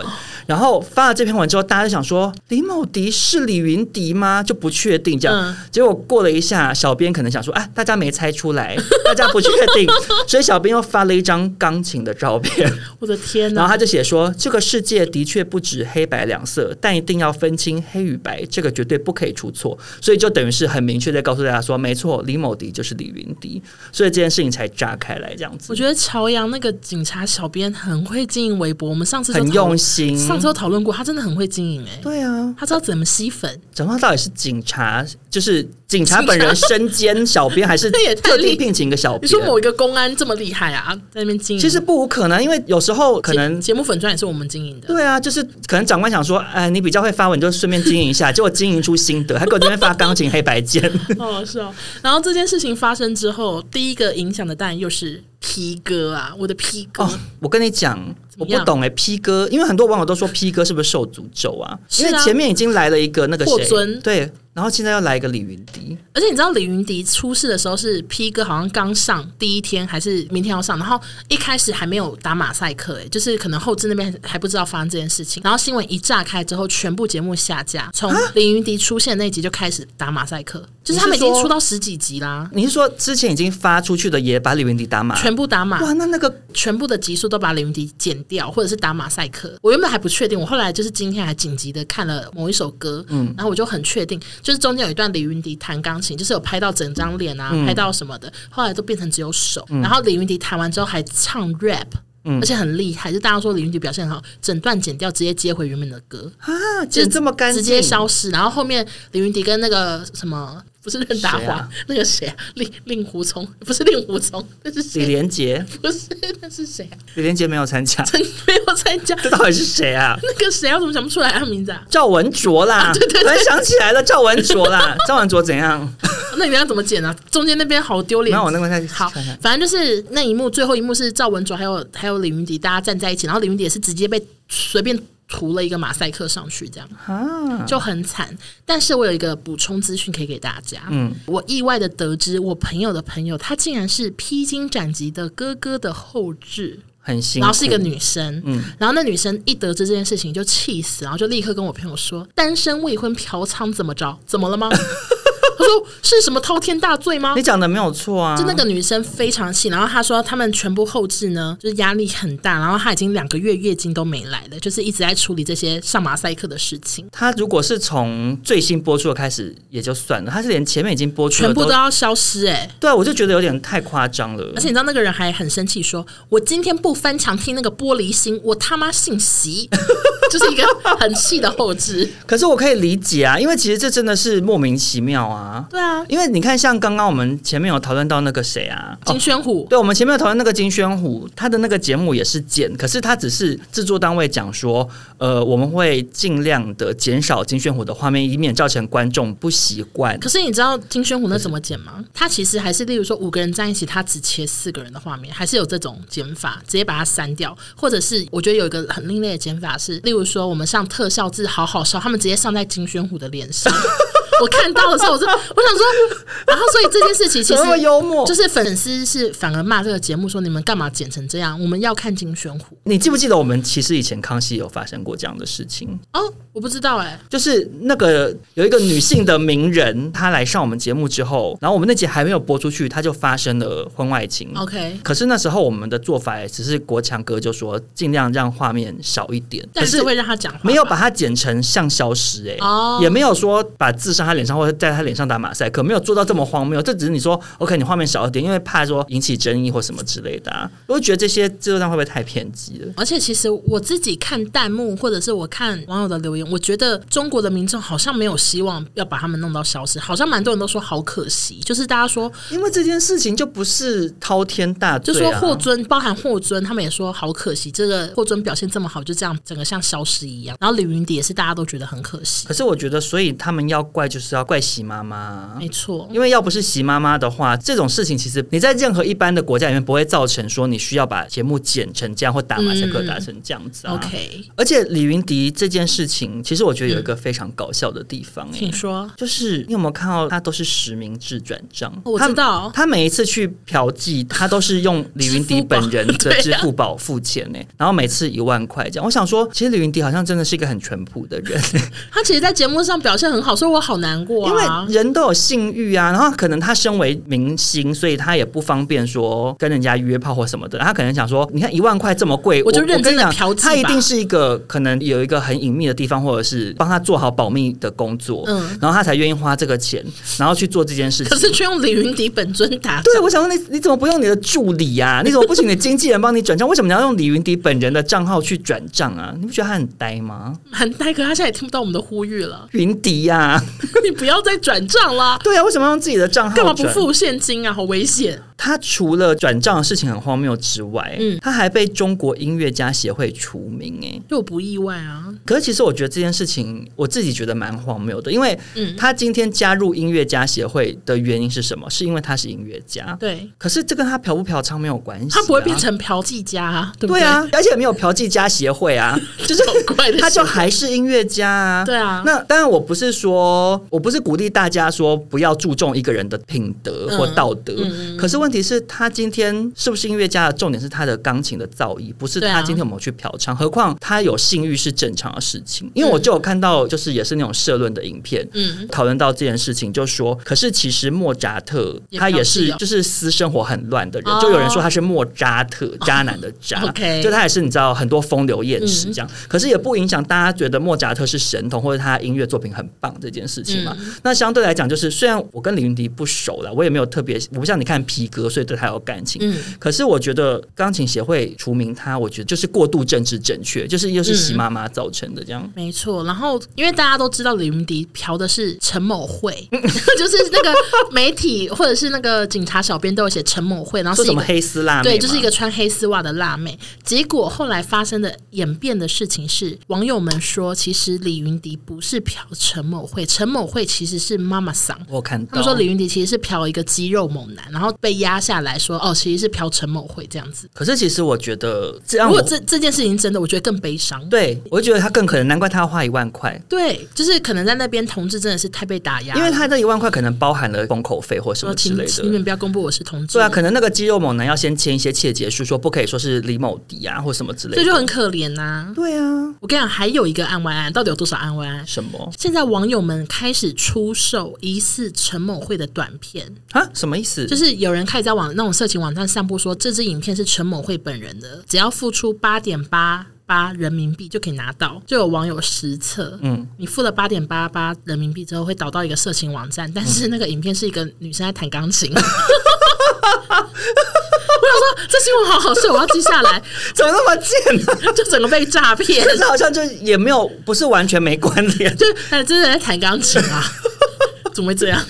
Speaker 2: 然后发了这篇文之后，大家就想说李某迪是李云迪吗？就不确定这样。
Speaker 3: 嗯
Speaker 2: 结果过了一下，小编可能想说啊，大家没猜出来，大家不确定，所以小编又发了一张钢琴的照片。
Speaker 3: 我的天
Speaker 2: 然
Speaker 3: 呐！
Speaker 2: 后他就写说，这个世界的确不止黑白两色，但一定要分清黑与白，这个绝对不可以出错。所以就等于是很明确的告诉大家说，没错，李某迪就是李云迪，所以这件事情才炸开来这样子
Speaker 3: 我，觉得朝阳那个警察小编很会经营微博，我们上次就
Speaker 2: 很
Speaker 3: 讨
Speaker 2: 用心。
Speaker 3: 上周讨论过，他真的很会经营哎、
Speaker 2: 对啊，
Speaker 3: 他知道怎么吸粉，
Speaker 2: 讲到到底是警察，就是警察本人身兼小
Speaker 3: (laughs)
Speaker 2: 编，还是
Speaker 3: 这也太
Speaker 2: 特地
Speaker 3: 厉
Speaker 2: 聘请一个小
Speaker 3: 你
Speaker 2: 编？啊
Speaker 3: 说某一个公安这么厉害啊，在那边经营，
Speaker 2: 其实不无可能，因为有时候可能
Speaker 3: 节节目粉钻也是我们经营
Speaker 2: (laughs)
Speaker 3: 的，
Speaker 2: 对啊，就是可能长官想说，哎，你比较会发文，就顺便经营一下，结果经营出心得，还给我这边发钢琴黑白键。
Speaker 3: 哦是哦。然后这件事情发生之后，第一个影响的当然又是 P 哥啊，我的 P 哥、
Speaker 2: 哦，我跟你讲，
Speaker 3: 么
Speaker 2: 我不
Speaker 3: 样
Speaker 2: 懂哎、p 哥，因为很多网友都说 P 哥是不是受诅咒啊？因为
Speaker 3: 是啊
Speaker 2: 前面已经来了一个那个
Speaker 3: 霍
Speaker 2: 谁，
Speaker 3: 尊
Speaker 2: 对，然后现在要来一个李云迪，
Speaker 3: 而且你知道李云迪出事的时候是 P 哥好像刚上第一天还是明天要上，然后一开始还没有打马赛克、欸，哎，就是可能后置那边还不知道发生这件事情，然后新闻一炸开之后，全部节目下架，从李云迪出现那集就开始打马赛克，就是他们已经
Speaker 2: 你是说
Speaker 3: 出到十几集啦，
Speaker 2: 你是说之前已经发出去的也把李云迪打码？
Speaker 3: 全部打马，
Speaker 2: 哇，那那个
Speaker 3: 全部的集数都把李云迪剪掉，或者是打马赛克。我原本还不确定，我后来就是今天还紧急的看了某一首歌，嗯，然后我就很确定，就是中间有一段李云迪弹钢琴，就是有拍到整张脸啊，
Speaker 2: 嗯
Speaker 3: 拍到什么的，后来都变成只有手。然后李云迪弹完之后还唱 rap。而且很厉害，就大家说李云迪表现很好，整段剪掉，直接接回原本的歌，
Speaker 2: 啊，竟然这么干净，
Speaker 3: 直接消失。然后后面李云迪跟那个什么，不是任达
Speaker 2: 谁
Speaker 3: 华，
Speaker 2: 啊
Speaker 3: 那个谁啊，令令狐冲，不是令狐冲，那是
Speaker 2: 李
Speaker 3: 谁？
Speaker 2: 连杰，
Speaker 3: 不是，那是谁啊？
Speaker 2: 李连杰没有
Speaker 3: (laughs)
Speaker 2: 参加，
Speaker 3: 真没有参加。
Speaker 2: 这到底是谁啊？
Speaker 3: 那个谁啊，我怎么想不出来他名字啊？
Speaker 2: 赵文卓啦，
Speaker 3: 对对对
Speaker 2: 突然想起来了，赵文卓
Speaker 3: (laughs)
Speaker 2: 啦，赵文卓怎样？
Speaker 3: 那你们要怎么剪啊？中间那边好丢脸。
Speaker 2: 那我那个再
Speaker 3: 好
Speaker 2: 看看，，
Speaker 3: 反正就是那一幕，最后一幕是赵文卓还有还有李云迪，大家站在一起，然后李云迪也是直接被随便涂了一个马赛克上去，这样
Speaker 2: 啊，
Speaker 3: 就很惨。但是我有一个补充资讯可以给大家，
Speaker 2: 嗯，
Speaker 3: 我意外的得知，我朋友的朋友，他竟然是披荆斩棘的哥哥的后置。
Speaker 2: 很辛苦，
Speaker 3: 然后是一个女生，然后那女生一得知这件事情就气死，然后就立刻跟我朋友说：“单身未婚嫖娼怎么着？怎么了吗？”他说：“是什么滔天大罪吗
Speaker 2: 你讲的没有错啊，？”
Speaker 3: 就那个女生非常气，然后她说他们全部后置呢，就是压力很大，然后她已经两个月月经都没来了，就是一直在处理这些上马赛克的事情，
Speaker 2: 他如果是从最新播出的开始也就算了，他是连前面已经播出的
Speaker 3: 全部都要消失哎、欸
Speaker 2: 对啊，我就觉得有点太夸张了
Speaker 3: 而。且你知道那个人还很生气，说：“我今天不翻墙听那个玻璃心，我他妈姓席，就是一个很气的后置。
Speaker 2: 可是我可以理解啊，因为其实这真的是莫名其妙啊”。
Speaker 3: 对啊，
Speaker 2: 因为你看，像刚刚我们前面有讨论到那个谁啊，
Speaker 3: 金宣虎、
Speaker 2: 对，我们前面有讨论那个金宣虎，他的那个节目也是剪，可是他只是制作单位讲说，呃，我们会尽量的减少金宣虎的画面，以免造成观众不习惯。
Speaker 3: 可是你知道金宣虎那怎么剪吗？他其实还是，例如说五个人站一起，他只切四个人的画面，还是有这种剪法，直接把它删掉。或者是我觉得有一个很另类的剪法是，例如说我们上特效字好好笑，他们直接上在金宣虎的脸上。
Speaker 2: (laughs)
Speaker 3: 我看到的时候，我就我想说，然后所以这件事情其
Speaker 2: 怎
Speaker 3: 实
Speaker 2: 么那么幽默，
Speaker 3: 就是粉丝是反而骂这个节目说你们干嘛剪成这样？我们要看金宣虎
Speaker 2: 你记不记得我们其实以前康熙有发生过这样的事情？
Speaker 3: 哦，我不知道哎、
Speaker 2: 就是那个有一个女性的名人，她来上我们节目之后，然后我们那集还没有播出去，她就发生了婚外情。
Speaker 3: OK，
Speaker 2: 可是那时候我们的做法也只是国强哥就说尽量让画面少一点，可
Speaker 3: 但
Speaker 2: 是
Speaker 3: 是会让他讲话吧，
Speaker 2: 没有把它剪成像消失、欸，哎、
Speaker 3: 哦
Speaker 2: 也没有说把字上他脸上或者在他脸上打马赛克，没有做到这么荒谬。这只是你说 OK，你画面少一点，因为怕说引起争议或什么之类的、啊。我就觉得这些制作上会不会太偏激了？
Speaker 3: 而且其实我自己看弹幕，或者是我看网友的留言，我觉得中国的民众好像没有希望要把他们弄到消失，好像蛮多人都说好可惜，就是大家说，
Speaker 2: 因为这件事情就不是滔天大
Speaker 3: 就
Speaker 2: 罪、
Speaker 3: 说
Speaker 2: 啊，
Speaker 3: 霍尊，包含霍尊，他们也说好可惜，这个霍尊表现这么好，就这样整个像消失一样。然后李云迪也是大家都觉得很可
Speaker 2: (laughs)
Speaker 3: 惜，
Speaker 2: 可是我觉得，所以他们要怪就是要怪习妈妈。
Speaker 3: 没错，
Speaker 2: 因为要不是习妈妈的话，这种事情其实你在任何一般的国家里面不会造成说你需要把节目剪成这样或打马赛克
Speaker 3: 嗯
Speaker 2: 打成这样子啊。
Speaker 3: OK，
Speaker 2: 而且李云迪这件事情，其实我觉得有一个非常搞笑的地方、欸，
Speaker 3: 请说。
Speaker 2: 就是你有没有看到他都是实名制转账？
Speaker 3: 哦我知道
Speaker 2: 他，他每一次去嫖妓，他都是用李云迪本人
Speaker 3: 支付宝
Speaker 2: 的
Speaker 3: (laughs) 对啊
Speaker 2: 支付宝付钱呢、然后每次一万块这样。我想说，其实李云迪好像真的是一个很淳朴的人、
Speaker 3: 他其实，在节目上表现很好，所以我好难过
Speaker 2: 因
Speaker 3: 啊
Speaker 2: 为。人都有性欲啊，然后可能他身为明星，所以他也不方便说跟人家约炮或什么的。他可能想说，你看一万块这么贵，
Speaker 3: 我
Speaker 2: 我
Speaker 3: 就认真地
Speaker 2: 我跟你讲
Speaker 3: 嫖妓吧
Speaker 2: 他一定是一个可能有一个很隐秘的地方，或者是帮他做好保密的工作，
Speaker 3: 嗯
Speaker 2: 然后他才愿意花这个钱，然后去做这件事
Speaker 3: 可
Speaker 2: 情。
Speaker 3: 是却用李云迪本尊打
Speaker 2: 对，
Speaker 3: 仗，
Speaker 2: 我想问你，你怎么不用你的助理啊？
Speaker 3: (laughs)
Speaker 2: 你怎么不请你的经纪人帮你转账？为什么你要用李云迪本人的账号去转账啊？你不觉得他很呆吗？
Speaker 3: 蛮呆。可他现在也听不到我们的呼吁了， (laughs)
Speaker 2: 云迪呀、
Speaker 3: 你不要再转账啦。
Speaker 2: 对啊，为什么要用自己的账号？
Speaker 3: 干嘛不？付现金啊？好危险！
Speaker 2: 他除了转账的事情很荒谬之外，
Speaker 3: 嗯
Speaker 2: 嗯，他还被中国音乐家协会除名、哎，
Speaker 3: 就我不意外啊。
Speaker 2: 可是其实我觉得这件事情，我自己觉得蛮荒谬的，因为
Speaker 3: 嗯
Speaker 2: 他今天加入音乐家协会的原因是什么？是因为他是音乐家，
Speaker 3: 对，
Speaker 2: 可是这跟他嫖不嫖娼没有关系、啊
Speaker 3: 他不会变。成嫖妓家、啊，对不
Speaker 2: 对啊，而且没有嫖妓家协
Speaker 3: (laughs)
Speaker 2: 会啊，就是
Speaker 3: 好怪的
Speaker 2: 他就
Speaker 3: 协会
Speaker 2: 还是音乐家啊。
Speaker 3: 对啊
Speaker 2: 那当然，我不是说，我不是鼓励大家说不要注重一个人的品德
Speaker 3: 嗯
Speaker 2: 或道德，
Speaker 3: 嗯嗯
Speaker 2: 可是问题是，他今天是不是音乐家的重点是他的钢琴的造诣，不是
Speaker 3: 对啊
Speaker 2: 他今天有没有去嫖娼。何况他有性欲是正常的事情，因为我就有看到，就是也是那种社论的影片，
Speaker 3: 嗯，
Speaker 2: 讨论到这件事情，就说，可是其实莫扎特
Speaker 3: 也
Speaker 2: 他也是
Speaker 3: 嫖妓哦
Speaker 2: 就是私生活很乱的人，
Speaker 3: 哦
Speaker 2: 就有人说他是莫扎特渣男的渣
Speaker 3: (laughs) OK 嗯
Speaker 2: 就他也是你知道很多风流艳史这样，可是也不影响大家觉得莫扎特是神童或者他音乐作品很棒这件事情嘛。
Speaker 3: 嗯
Speaker 2: 那相对来讲，就是虽然我跟李云迪不熟了，我也没有特别，我不像你看皮哥，所以对他有感情，
Speaker 3: 嗯
Speaker 2: 可是我觉得钢琴协会除名他，我觉得就是过度政治正确，就是又
Speaker 3: 嗯
Speaker 2: 是习妈妈造成的这样。
Speaker 3: 没错。然后因为大家都知道李云迪嫖的是陈某会，(laughs)
Speaker 2: 嗯
Speaker 3: 就是那个媒体或者是那个警察小编都有写陈某会，然后
Speaker 2: 说
Speaker 3: 啊是
Speaker 2: 什
Speaker 3: 一
Speaker 2: 么
Speaker 3: 个。
Speaker 2: 黑丝辣妹
Speaker 3: 对，就是
Speaker 2: 嘛
Speaker 3: 一个穿黑丝袜的辣妹。结果后来发生的演变的事情是，网友们说，其实李云迪不是嫖陈某慧，陈某慧其实是妈妈桑。
Speaker 2: 我有看到
Speaker 3: 他们说李云迪其实是嫖一个肌肉猛男，然后被压下来说，哦，其实是嫖陈某慧这样子。
Speaker 2: 可是其实我觉得这
Speaker 3: 如
Speaker 2: 让
Speaker 3: 果
Speaker 2: 我
Speaker 3: 这这件事情真的，我觉得更悲伤。
Speaker 2: 对我就觉得他更可能，难怪他要花一万块，
Speaker 3: 对，就是可能在那边同志真的是太被打压了，
Speaker 2: 因为他这一万块可能包含了封口费或什
Speaker 3: 说
Speaker 2: 么之
Speaker 3: 请
Speaker 2: 类
Speaker 3: 请你
Speaker 2: 的。
Speaker 3: 们不要公布我是同志，
Speaker 2: 对啊，可能那个肌肉猛男要先签一些切结书，说不可以说是李某迪啊或什么之类
Speaker 3: 所以
Speaker 2: 的。
Speaker 3: 就很可怜呐、
Speaker 2: 对啊，
Speaker 3: 我跟你讲，还有一个案外案，到底有多少案外案？
Speaker 2: 什么
Speaker 3: 现在网友们开始出售疑似陈某慧的短片，
Speaker 2: 啊？什么意思？
Speaker 3: 就是是有人开始在网那种色情网站散布说这支影片是陈某慧本人的，只要付出八点八八人民币就可以拿到。就有网友实测，嗯
Speaker 2: 嗯，
Speaker 3: 你付了八点八八人民币之后会导到一个色情网站，但是那个影片是一个女生在弹钢
Speaker 2: (laughs)
Speaker 3: 琴。我想说，这新闻好好笑，我要记下来。
Speaker 2: 怎么那么贱呢、
Speaker 3: (laughs)
Speaker 2: 啊？
Speaker 3: 就整个被诈骗，
Speaker 2: 可是好像就也没有，不是完全没关
Speaker 3: (laughs)
Speaker 2: 联。
Speaker 3: 就哎，真的在弹钢琴啊？怎么会这样？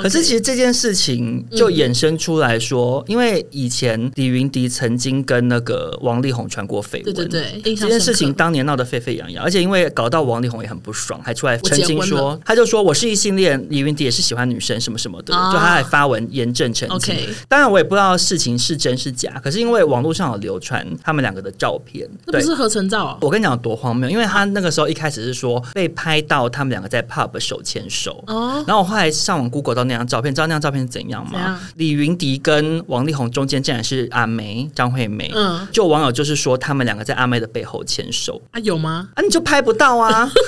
Speaker 2: 可是其实这件事情就衍生出来说，因为以前李云迪曾经跟那个王力宏传过绯
Speaker 3: 对
Speaker 2: 闻，
Speaker 3: 对对，印
Speaker 2: 这
Speaker 3: 象
Speaker 2: 件
Speaker 3: 深
Speaker 2: 事
Speaker 3: 刻
Speaker 2: 情当年闹得沸沸扬扬，而且因为搞到王力宏也很不爽，还出来澄清
Speaker 3: 我结婚
Speaker 2: 说，他就说我是异性恋，李云迪也是喜欢女生什么什么的，
Speaker 3: 啊
Speaker 2: 就他还发文严正澄清。
Speaker 3: OK
Speaker 2: 当然我也不知道事情是真是假，可是因为网络上有流传他们两个的照片，
Speaker 3: 那不
Speaker 2: 对。
Speaker 3: 是合成照、哦？
Speaker 2: 我跟你讲有多荒谬，因为他那个时候一开始是说被拍到他们两个在 pub 手牵手，
Speaker 3: 哦，
Speaker 2: 然后我后来上网 Google 到那张照片，知道那张照片是怎样吗？
Speaker 3: 怎样
Speaker 2: 李云迪跟王力宏中间竟然是阿梅张惠妹，
Speaker 3: 嗯
Speaker 2: 就网友就是说他们两个在阿妹的背后牵手
Speaker 3: 啊，有吗？
Speaker 2: 啊，你就拍不到啊。 (laughs)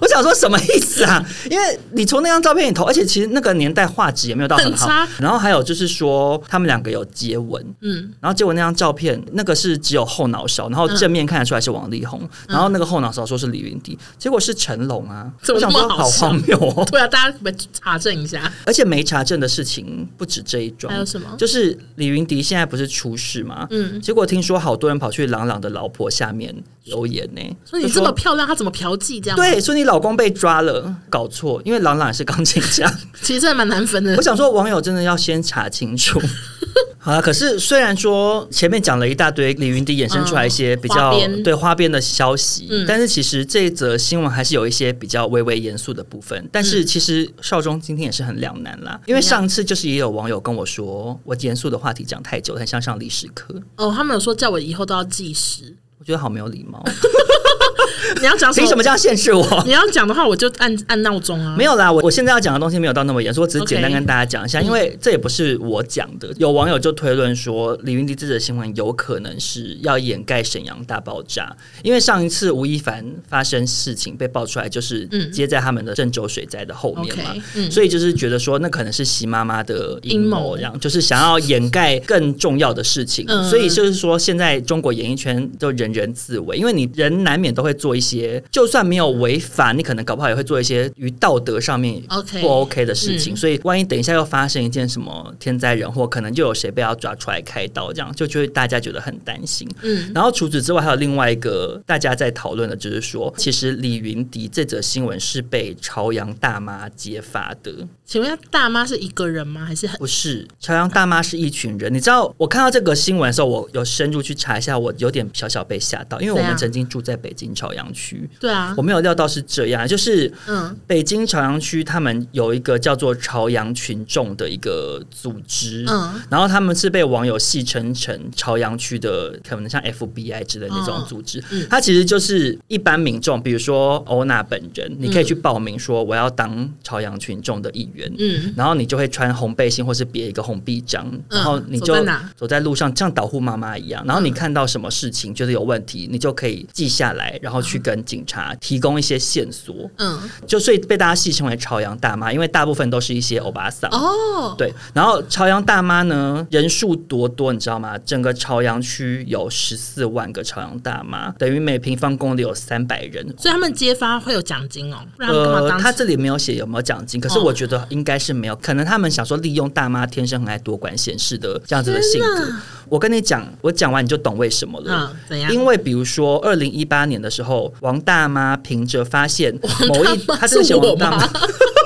Speaker 2: 我想说什么意思啊？因为你从那张照片里头，而且其实那个年代画质也没有到很好。
Speaker 3: 很差
Speaker 2: 然后还有就是说，他们两个有接吻，
Speaker 3: 嗯，
Speaker 2: 然后结果那张照片，那个是只有后脑勺，然后正面看得出来是王力
Speaker 3: 嗯
Speaker 2: 宏，然后那个后脑勺说是李云迪，结果是成龙啊！
Speaker 3: 怎么
Speaker 2: 我想
Speaker 3: 那
Speaker 2: 说
Speaker 3: 么好
Speaker 2: 好荒谬
Speaker 3: (laughs)
Speaker 2: 哦！
Speaker 3: 对啊，大家来查证一下。
Speaker 2: 而且没查证的事情不止这一桩，
Speaker 3: 还有什么
Speaker 2: 就是李云迪现在不是出事吗？
Speaker 3: 嗯
Speaker 2: 结果听说好多人跑去朗朗的老婆下面留言呢、
Speaker 3: 所以你
Speaker 2: 就
Speaker 3: 这
Speaker 2: 说
Speaker 3: 么漂亮，她怎么嫖妓这样？，
Speaker 2: 对，说你老公被抓了，搞错，因为朗朗也是钢琴家。
Speaker 3: 其实真的蛮难分的
Speaker 2: (laughs) 我。想说，网友真的要先查清
Speaker 3: (laughs)
Speaker 2: 楚。好了，可是虽然说前面讲了一大堆李云迪衍生出来一些比
Speaker 3: 嗯花
Speaker 2: 较、
Speaker 3: 边
Speaker 2: 对花边的消息，
Speaker 3: 嗯
Speaker 2: 但是其实这一则新闻还是有一些比较微微严肃的部分。但是其实少中今天也是很两难
Speaker 3: 嗯
Speaker 2: 啦，因为上次就是也有网友跟我说，我严肃的话题讲太久，很像上历史课，
Speaker 3: 哦，他们有说叫我以后都要计时。
Speaker 2: 我觉得好没有
Speaker 3: (laughs)
Speaker 2: 礼貌，
Speaker 3: 你要讲
Speaker 2: 凭什么
Speaker 3: 么？
Speaker 2: 这样限制我？
Speaker 3: 你要讲的话，我就按按闹钟啊。
Speaker 2: 没有啦，我我现在要讲的东西没有到那么严肃，我只是
Speaker 3: OK 嗯
Speaker 2: 简单跟大家讲一下，因为这也不是我讲的。有网友就推论说，李云迪这则新闻有可能是要掩盖沈阳大爆炸，因为上一次吴亦凡发生事情被爆出来，就是
Speaker 3: 嗯
Speaker 2: 接在他们的郑州水灾的后面嘛。
Speaker 3: OK，嗯
Speaker 2: 所以就是觉得说，那可能是习妈妈的阴
Speaker 3: 阴谋
Speaker 2: 谋，这样就是想要掩盖更重要的事情。
Speaker 3: 嗯
Speaker 2: 所以就是说，现在中国演艺圈就人人人自危，因为你人难免都会做一些，就算没有违法，你可能搞不好也会做一些于道德上面
Speaker 3: OK
Speaker 2: 不 OK 的事情。
Speaker 3: 嗯
Speaker 2: 所以，万一等一下又发生一件什么天灾人祸，可能就有谁被要抓出来开刀，这样就就会大家觉得很担心。
Speaker 3: 嗯
Speaker 2: 然后除此之外，还有另外一个大家在讨论的，就是说，其实李云迪这则新闻是被朝阳大妈揭发的，
Speaker 3: 请问一下，大妈是一个人吗？还是很
Speaker 2: 不是朝阳大妈是一群人。你知道，我看到这个新闻的时候，我有深入去查一下，我有点小小被吓到，因为我
Speaker 3: 怎
Speaker 2: 们
Speaker 3: 样
Speaker 2: 曾经住在北京朝阳区，
Speaker 3: 对啊
Speaker 2: 我？没有料到是这样，就是
Speaker 3: 嗯
Speaker 2: 北京朝阳区，他们有一个叫做朝阳群众的一个组织，
Speaker 3: 嗯
Speaker 2: 然后他们是被网友戏称成朝阳区的，可能像 FBI 之类的那种
Speaker 3: 哦
Speaker 2: 组织。
Speaker 3: 嗯
Speaker 2: 它其实就是一般民众，比如说欧娜本人，你可以去报名说我要当朝阳群众的一员。
Speaker 3: 嗯，
Speaker 2: 然后你就会穿红背心，或是别一个红臂章，然后你就
Speaker 3: 走在哪
Speaker 2: 走在路上，像导护妈妈一样。然后你看到什么事情觉得有问题，你就可以记下来，然后去跟警察提供一些线索。
Speaker 3: 嗯
Speaker 2: 就所以被大家戏称为朝阳大妈，因为大部分都是一些欧巴桑。
Speaker 3: 哦，
Speaker 2: 对，然后朝阳大妈呢，人数多多，你知道吗？整个朝阳区有十四万个朝阳大妈，等于每平方公里有三百人。
Speaker 3: 所以他们揭发会有奖金哦，不然他们干嘛当？
Speaker 2: 呃他这里没有写有没有奖金，可是
Speaker 3: 哦
Speaker 2: 我觉得应该是没有，可能他们想说利用大妈天生很爱多管闲事的这样子的性
Speaker 3: 天
Speaker 2: 格
Speaker 3: 哪。
Speaker 2: 我跟你讲，我讲完你就懂为什么了。
Speaker 3: 嗯怎样？
Speaker 2: 因为比如说，二零一八年的时候，王大妈凭着发现某
Speaker 3: 大
Speaker 2: 一，
Speaker 3: 妈
Speaker 2: 她真的写
Speaker 3: 是我
Speaker 2: 王大
Speaker 3: 吗
Speaker 2: 妈， (laughs)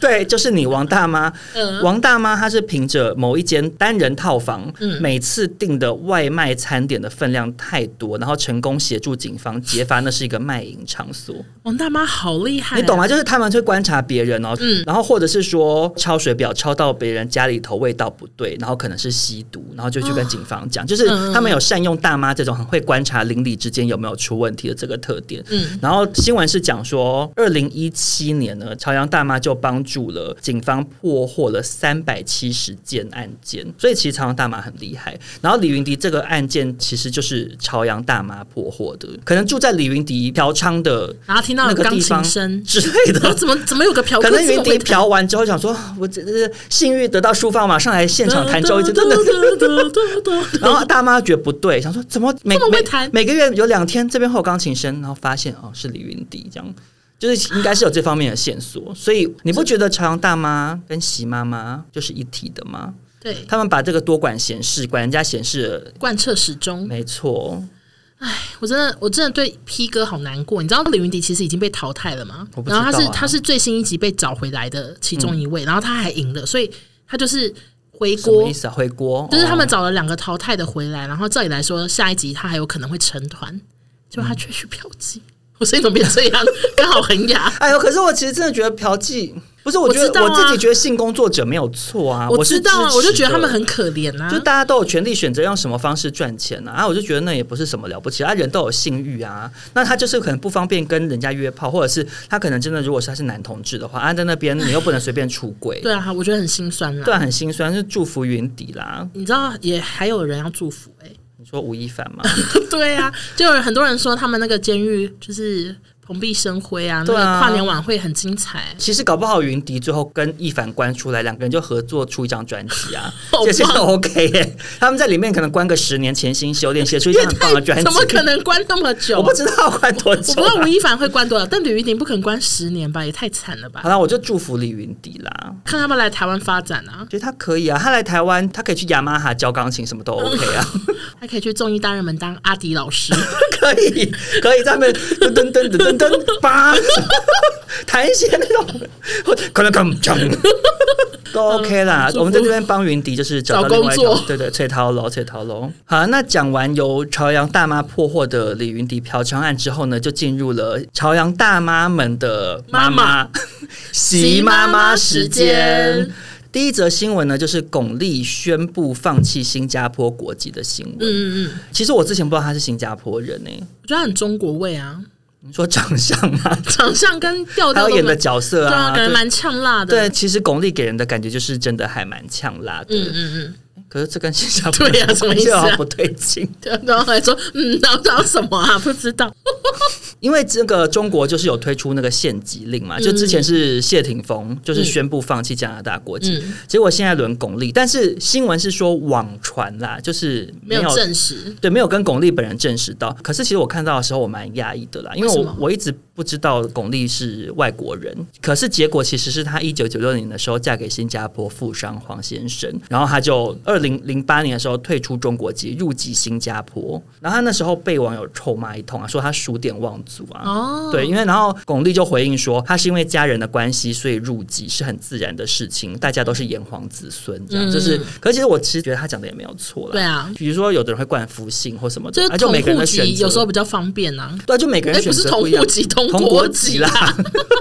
Speaker 2: 对，就是你王大妈，
Speaker 3: 嗯
Speaker 2: 王大妈她是凭着某一间单人套房，
Speaker 3: 嗯
Speaker 2: 每次订的外卖餐点的分量太多，然后成功协助警方揭发那是一个卖淫场所，
Speaker 3: 王大妈好厉害，啊
Speaker 2: 你懂？啊吗？就是他们会观察别人哦，
Speaker 3: 嗯
Speaker 2: 然后或者是说抄水表抄到别人家里头味道不对，然后可能是吸毒，然后就去跟警方
Speaker 3: 哦
Speaker 2: 讲，
Speaker 3: 嗯
Speaker 2: 就是他们有善用大妈这种很会观察邻里之间有没有出问题的这个特点，
Speaker 3: 嗯
Speaker 2: 然后新闻是讲说，二零一七年呢，朝阳大妈就帮助了警方破获了三百七十件案件，所以其实朝阳大妈很厉害。然后李云迪这个案件其实就是朝阳大妈破获的，可能住在李云迪嫖娼的
Speaker 3: 然后听到
Speaker 2: 那
Speaker 3: 有
Speaker 2: 个
Speaker 3: 钢
Speaker 2: 地方
Speaker 3: 琴声，
Speaker 2: (laughs) 之
Speaker 3: (laughs)
Speaker 2: 类
Speaker 3: 然后
Speaker 2: 的。
Speaker 3: 怎么怎么有个嫖客
Speaker 2: 可能
Speaker 3: 这
Speaker 2: 云
Speaker 3: 么
Speaker 2: 迪
Speaker 3: 会弹？
Speaker 2: 嫖完之后想说，我这这性欲得到抒发，马上来现场弹奏一支，真的
Speaker 3: 的
Speaker 2: 然后大妈觉得不对，想说怎么每
Speaker 3: 这么会
Speaker 2: 每
Speaker 3: 弹
Speaker 2: 每个月有两天这边会有钢琴声，然后发现哦是李云迪这样。就是应该是有这方面的线索，所以你不觉得朝阳大妈跟席妈妈就是一体的吗？
Speaker 3: 对
Speaker 2: 他们把这个多管闲事、管人家闲事，
Speaker 3: 贯彻始终。
Speaker 2: 没错，
Speaker 3: 我真的，我真的对 P 哥好难过。你知道李云迪其实已经被淘汰了吗？
Speaker 2: 我不知
Speaker 3: 然
Speaker 2: 道
Speaker 3: 后他
Speaker 2: 啊嗯
Speaker 3: 是他是最新一集被找回来的其中一位，然后他还赢了，所以他就是回
Speaker 2: 什么
Speaker 3: 锅
Speaker 2: 意。思啊？回锅
Speaker 3: 就是他们
Speaker 2: 哦
Speaker 3: 找了两个淘汰的回来，然后照理来说下一集他还有可能会成团，
Speaker 2: 嗯
Speaker 3: 结果他却去嫖妓。我声音怎么变这
Speaker 2: (laughs)
Speaker 3: 样？刚好很哑。
Speaker 2: 哎呦，可是我其实真的觉得嫖妓不是，我觉
Speaker 3: 我知
Speaker 2: 得
Speaker 3: 道
Speaker 2: 我,、
Speaker 3: 啊
Speaker 2: 自己觉得性工作者没有错啊，我
Speaker 3: 知道啊，
Speaker 2: 是
Speaker 3: 我
Speaker 2: 支持
Speaker 3: 就觉得他
Speaker 2: 的
Speaker 3: 们很可怜啊
Speaker 2: 就。大家都有权利选择用什么方式赚钱啊，啊，我就觉得那也不是什么了不起啊，人都有性欲啊，那他就是可能不方便跟人家约炮，或者是他可能真的如果是他是男同志的话，啊，在那边你又不能随便出
Speaker 3: (laughs)
Speaker 2: 轨，
Speaker 3: 对啊，我觉得很心酸啦。
Speaker 2: 对啊，很心酸，就祝福云迪啦。
Speaker 3: 你知道也还有人要祝福哎、
Speaker 2: 你说吴亦凡嘛，
Speaker 3: 对啊，就有很多人说他们那个监狱就是蓬荜生辉啊，
Speaker 2: 对啊
Speaker 3: 那个跨年晚会很精彩。
Speaker 2: 其实搞不好云迪最后跟亦凡关出来，两个人就合作出一张专辑啊
Speaker 3: (laughs) 好，棒
Speaker 2: 这些都 OK 耶、他们在里面可能关个十年，潜心修炼，写出一
Speaker 3: 因为
Speaker 2: 张很棒的专辑，
Speaker 3: 怎么可？能关那么久？
Speaker 2: 我不知道关多久
Speaker 3: 我不
Speaker 2: 啊、
Speaker 3: 知道吴亦凡会关多少，但吕玉婷不可能关十年吧，也太惨了吧
Speaker 2: 好！了，我就祝福李云迪啦。
Speaker 3: 看他们来台湾发展啊，
Speaker 2: 觉得他可以啊，他来台湾，他可以去雅马哈教钢琴，什么都 OK 啊，
Speaker 3: (laughs) 还可以去综艺大热门当阿迪老
Speaker 2: (laughs)
Speaker 3: 师，
Speaker 2: 可以，可以在那边噔噔噔噔噔
Speaker 3: (laughs)
Speaker 2: 噔吧，弹一些那种，可能更强，都 OK 啦。
Speaker 3: 祝福
Speaker 2: 我们在这边帮云迪就是找到
Speaker 3: 啊找
Speaker 2: 另外一条
Speaker 3: 工作
Speaker 2: 对对，吹涛楼，吹涛楼。好，那讲完由朝阳大妈破获的李云迪嫖娼案之后呢，就进入了朝阳大妈们的妈
Speaker 3: 妈
Speaker 2: (laughs) 妈
Speaker 3: 席
Speaker 2: 席妈妈时
Speaker 3: 妈妈时
Speaker 2: 间
Speaker 3: 间。
Speaker 2: 第一则新闻呢，就是巩俐宣布放弃新加坡国籍的新闻。
Speaker 3: 嗯嗯嗯，
Speaker 2: 其实我之前不知道他是新加坡人呢、欸
Speaker 3: 我觉得他很中国味啊，
Speaker 2: 你说长相吗？
Speaker 3: (laughs) 长相跟调
Speaker 2: 还
Speaker 3: 调
Speaker 2: 有
Speaker 3: 都
Speaker 2: 演的
Speaker 3: 蛮
Speaker 2: 角色
Speaker 3: 对啊，
Speaker 2: 啊，
Speaker 3: 感觉
Speaker 2: 对
Speaker 3: 蛮呛辣的。
Speaker 2: 对，其实巩俐给人的感觉就是真的还蛮呛辣的。
Speaker 3: 嗯嗯嗯，
Speaker 2: 可是这跟新加坡
Speaker 3: (laughs) 对呀
Speaker 2: 有
Speaker 3: 什么意
Speaker 2: 关系
Speaker 3: 思啊
Speaker 2: 好像不对劲。
Speaker 3: 然后还说，嗯，然后讲什么啊？不知道。
Speaker 2: 因为这个中国就是有推出那个限籍令嘛，就
Speaker 3: 嗯
Speaker 2: 之前是谢霆锋就是宣布放弃加拿大国籍，
Speaker 3: 嗯
Speaker 2: 结果现在轮巩俐，但是新闻是说网传啦，就是
Speaker 3: 没
Speaker 2: 没有
Speaker 3: 有证实，
Speaker 2: 对没有跟巩俐本人证实到。可是其实我看到的时候我蛮讶异的啦，因为
Speaker 3: 为
Speaker 2: 我
Speaker 3: 什么
Speaker 2: 我一直不知道巩俐是外国人，可是结果其实是她一九九六年的时候嫁给新加坡富商黄先生，然后她就二零零八年的时候退出中国籍，入籍新加坡，然后她那时候被网友臭骂一通啊，说她数典忘祖啊，
Speaker 3: 哦
Speaker 2: 对，因为然后巩俐就回应说，她是因为家人的关系，所以入籍是很自然的事情，大家都是炎黄子孙，这样、
Speaker 3: 嗯
Speaker 2: 就是。可是其实我其实觉得她讲的也没有错了。
Speaker 3: 对啊，
Speaker 2: 比如说有的人会冠夫姓或什么
Speaker 3: 就
Speaker 2: 的，
Speaker 3: 是
Speaker 2: 啊、就
Speaker 3: 同
Speaker 2: 每个人
Speaker 3: 户
Speaker 2: 的选
Speaker 3: 籍
Speaker 2: 择
Speaker 3: 有时候比较方便啊。
Speaker 2: 对啊，就每个
Speaker 3: 哎，
Speaker 2: 人
Speaker 3: 不
Speaker 2: 选
Speaker 3: 是
Speaker 2: 择
Speaker 3: 同
Speaker 2: 一样
Speaker 3: 户。籍，同
Speaker 2: 同
Speaker 3: 国
Speaker 2: 国
Speaker 3: 籍
Speaker 2: 籍啦， (laughs)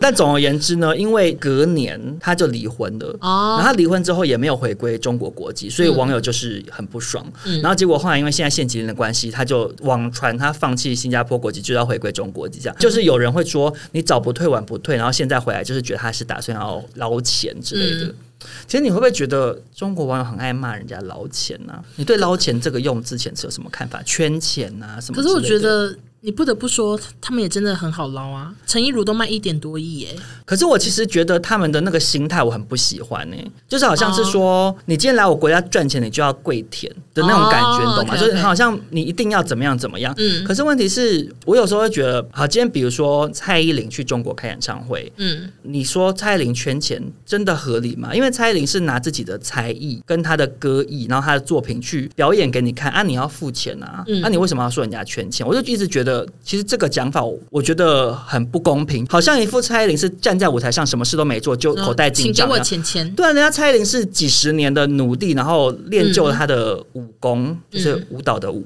Speaker 2: 但总而言之呢，因为隔年她就离婚了，然后
Speaker 3: 哦，
Speaker 2: 她离婚之后也没有回归中国国籍，所以网友就是很不爽。
Speaker 3: 嗯
Speaker 2: 然后结果后来因为现在现籍人的关系，她就网传她放弃新加坡国籍，就要回归中国籍。
Speaker 3: 嗯
Speaker 2: 这样就是有人会说你早不退晚不退，然后现在回来就是觉得她是打算要捞钱之类的。
Speaker 3: 嗯
Speaker 2: 其实你会不会觉得中国网友很爱骂人家捞钱呢、你对“捞钱”这个用字遣词有什么看法？圈钱啊什么
Speaker 3: 可
Speaker 2: 之类
Speaker 3: 是
Speaker 2: 的？
Speaker 3: 我觉得你不得不说，他们也真的很好捞啊。陈亦儒都卖一点多亿耶，
Speaker 2: 可是我其实觉得他们的那个心态我很不喜欢呢、就是好像是说、
Speaker 3: 哦
Speaker 2: 你今天来我国家赚钱，你就要跪舔的那种感觉，
Speaker 3: 哦
Speaker 2: 你懂吗
Speaker 3: OK，OK
Speaker 2: 就是好像你一定要怎么样怎么样。
Speaker 3: 嗯
Speaker 2: 可是问题是我有时候会觉得，好，今天比如说蔡依林去中国开演唱会，
Speaker 3: 嗯，
Speaker 2: 你说蔡依林圈钱真的合理吗？因为蔡依林是拿自己的才艺跟她的歌艺，然后她的作品去表演给你看啊，你要付钱啊，
Speaker 3: 嗯
Speaker 2: 那、你为什么要说人家圈钱？我就一直觉得，其实这个讲法我我觉得很不公平，好像一副蔡依林是站在舞台上什么事都没做，
Speaker 3: 嗯
Speaker 2: 就口袋进
Speaker 3: 请给
Speaker 2: 账一
Speaker 3: 我
Speaker 2: 样。
Speaker 3: 钱钱。
Speaker 2: 对啊，人家蔡依林是几十年的努力，然后练就了她的武功，
Speaker 3: 嗯
Speaker 2: 就是舞蹈的
Speaker 3: (laughs)
Speaker 2: 舞，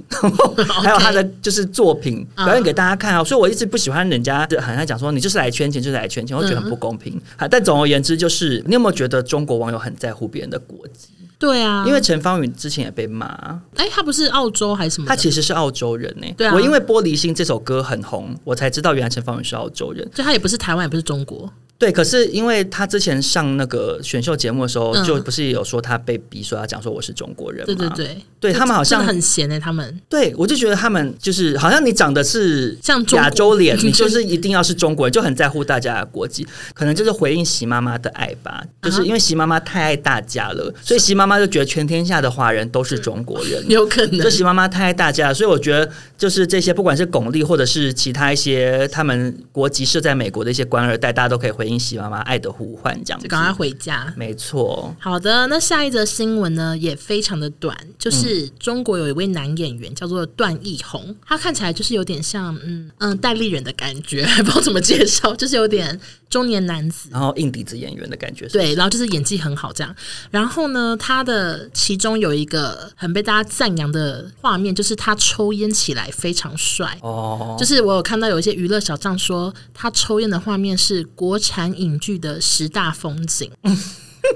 Speaker 2: 然后还有她的就是作品
Speaker 3: 嗯
Speaker 2: 表演给大家看啊。所以我一直不喜欢人家很爱讲说你就是来圈钱，就是来圈钱，我觉
Speaker 3: 嗯
Speaker 2: 得很不公平。啊，但总而言之，就是你有没有觉得中国网友很在乎别人的国籍？
Speaker 3: 对啊，
Speaker 2: 因为陈芳云之前也被骂，
Speaker 3: 哎，他不是澳洲还是什么的？
Speaker 2: 她其实是澳洲人呢、
Speaker 3: 对啊
Speaker 2: 我因为《玻璃心》这首歌很红，我才知道原来陈芳云是澳洲人。
Speaker 3: 就他也不是台湾，也不是中国。
Speaker 2: 对，可是因为他之前上那个选秀节目的时候，
Speaker 3: 嗯
Speaker 2: 就不是也有说他被逼说要讲说我是中国人
Speaker 3: 对
Speaker 2: 嘛？
Speaker 3: 对对，
Speaker 2: 对他们好
Speaker 3: 真的
Speaker 2: 像
Speaker 3: 很闲哎，他们
Speaker 2: 对我就觉得他们就是好像你长得是
Speaker 3: 像中国
Speaker 2: 亚洲脸，
Speaker 3: 对
Speaker 2: 你
Speaker 3: (laughs)
Speaker 2: 就是一定要是中国人，就很在乎大家的国籍，可能就是回应习妈妈的爱吧，
Speaker 3: 啊
Speaker 2: 就是因为习妈妈太爱大家了，所以习妈妈就觉得全天下的华人都是中国人。
Speaker 3: 有可能
Speaker 2: 这习妈妈太爱大家了，所以我觉得就是这些，不管是巩俐或者是其他一些他们国籍设在美国的一些官二代，大家都可以回应习妈妈爱的呼唤，这样子
Speaker 3: 就。赶快回家。
Speaker 2: 没错，
Speaker 3: 好的，那下一则新闻呢，也非常的短，就是中国有一位男演员叫做段奕宏，他看起来就是有点像嗯嗯戴丽人的感觉， (laughs) 不知道怎么介绍，就是有点中年男子。
Speaker 2: 然后硬底子演员的感觉是
Speaker 3: 对，然后就是演技很好这样。然后呢，他的其中有一个很被大家赞扬的画面，就是他抽烟起来非常帅。
Speaker 2: 哦，
Speaker 3: 就是我有看到有一些娱乐小账说，他抽烟的画面是国产影剧的十大风
Speaker 2: (laughs)
Speaker 3: 景，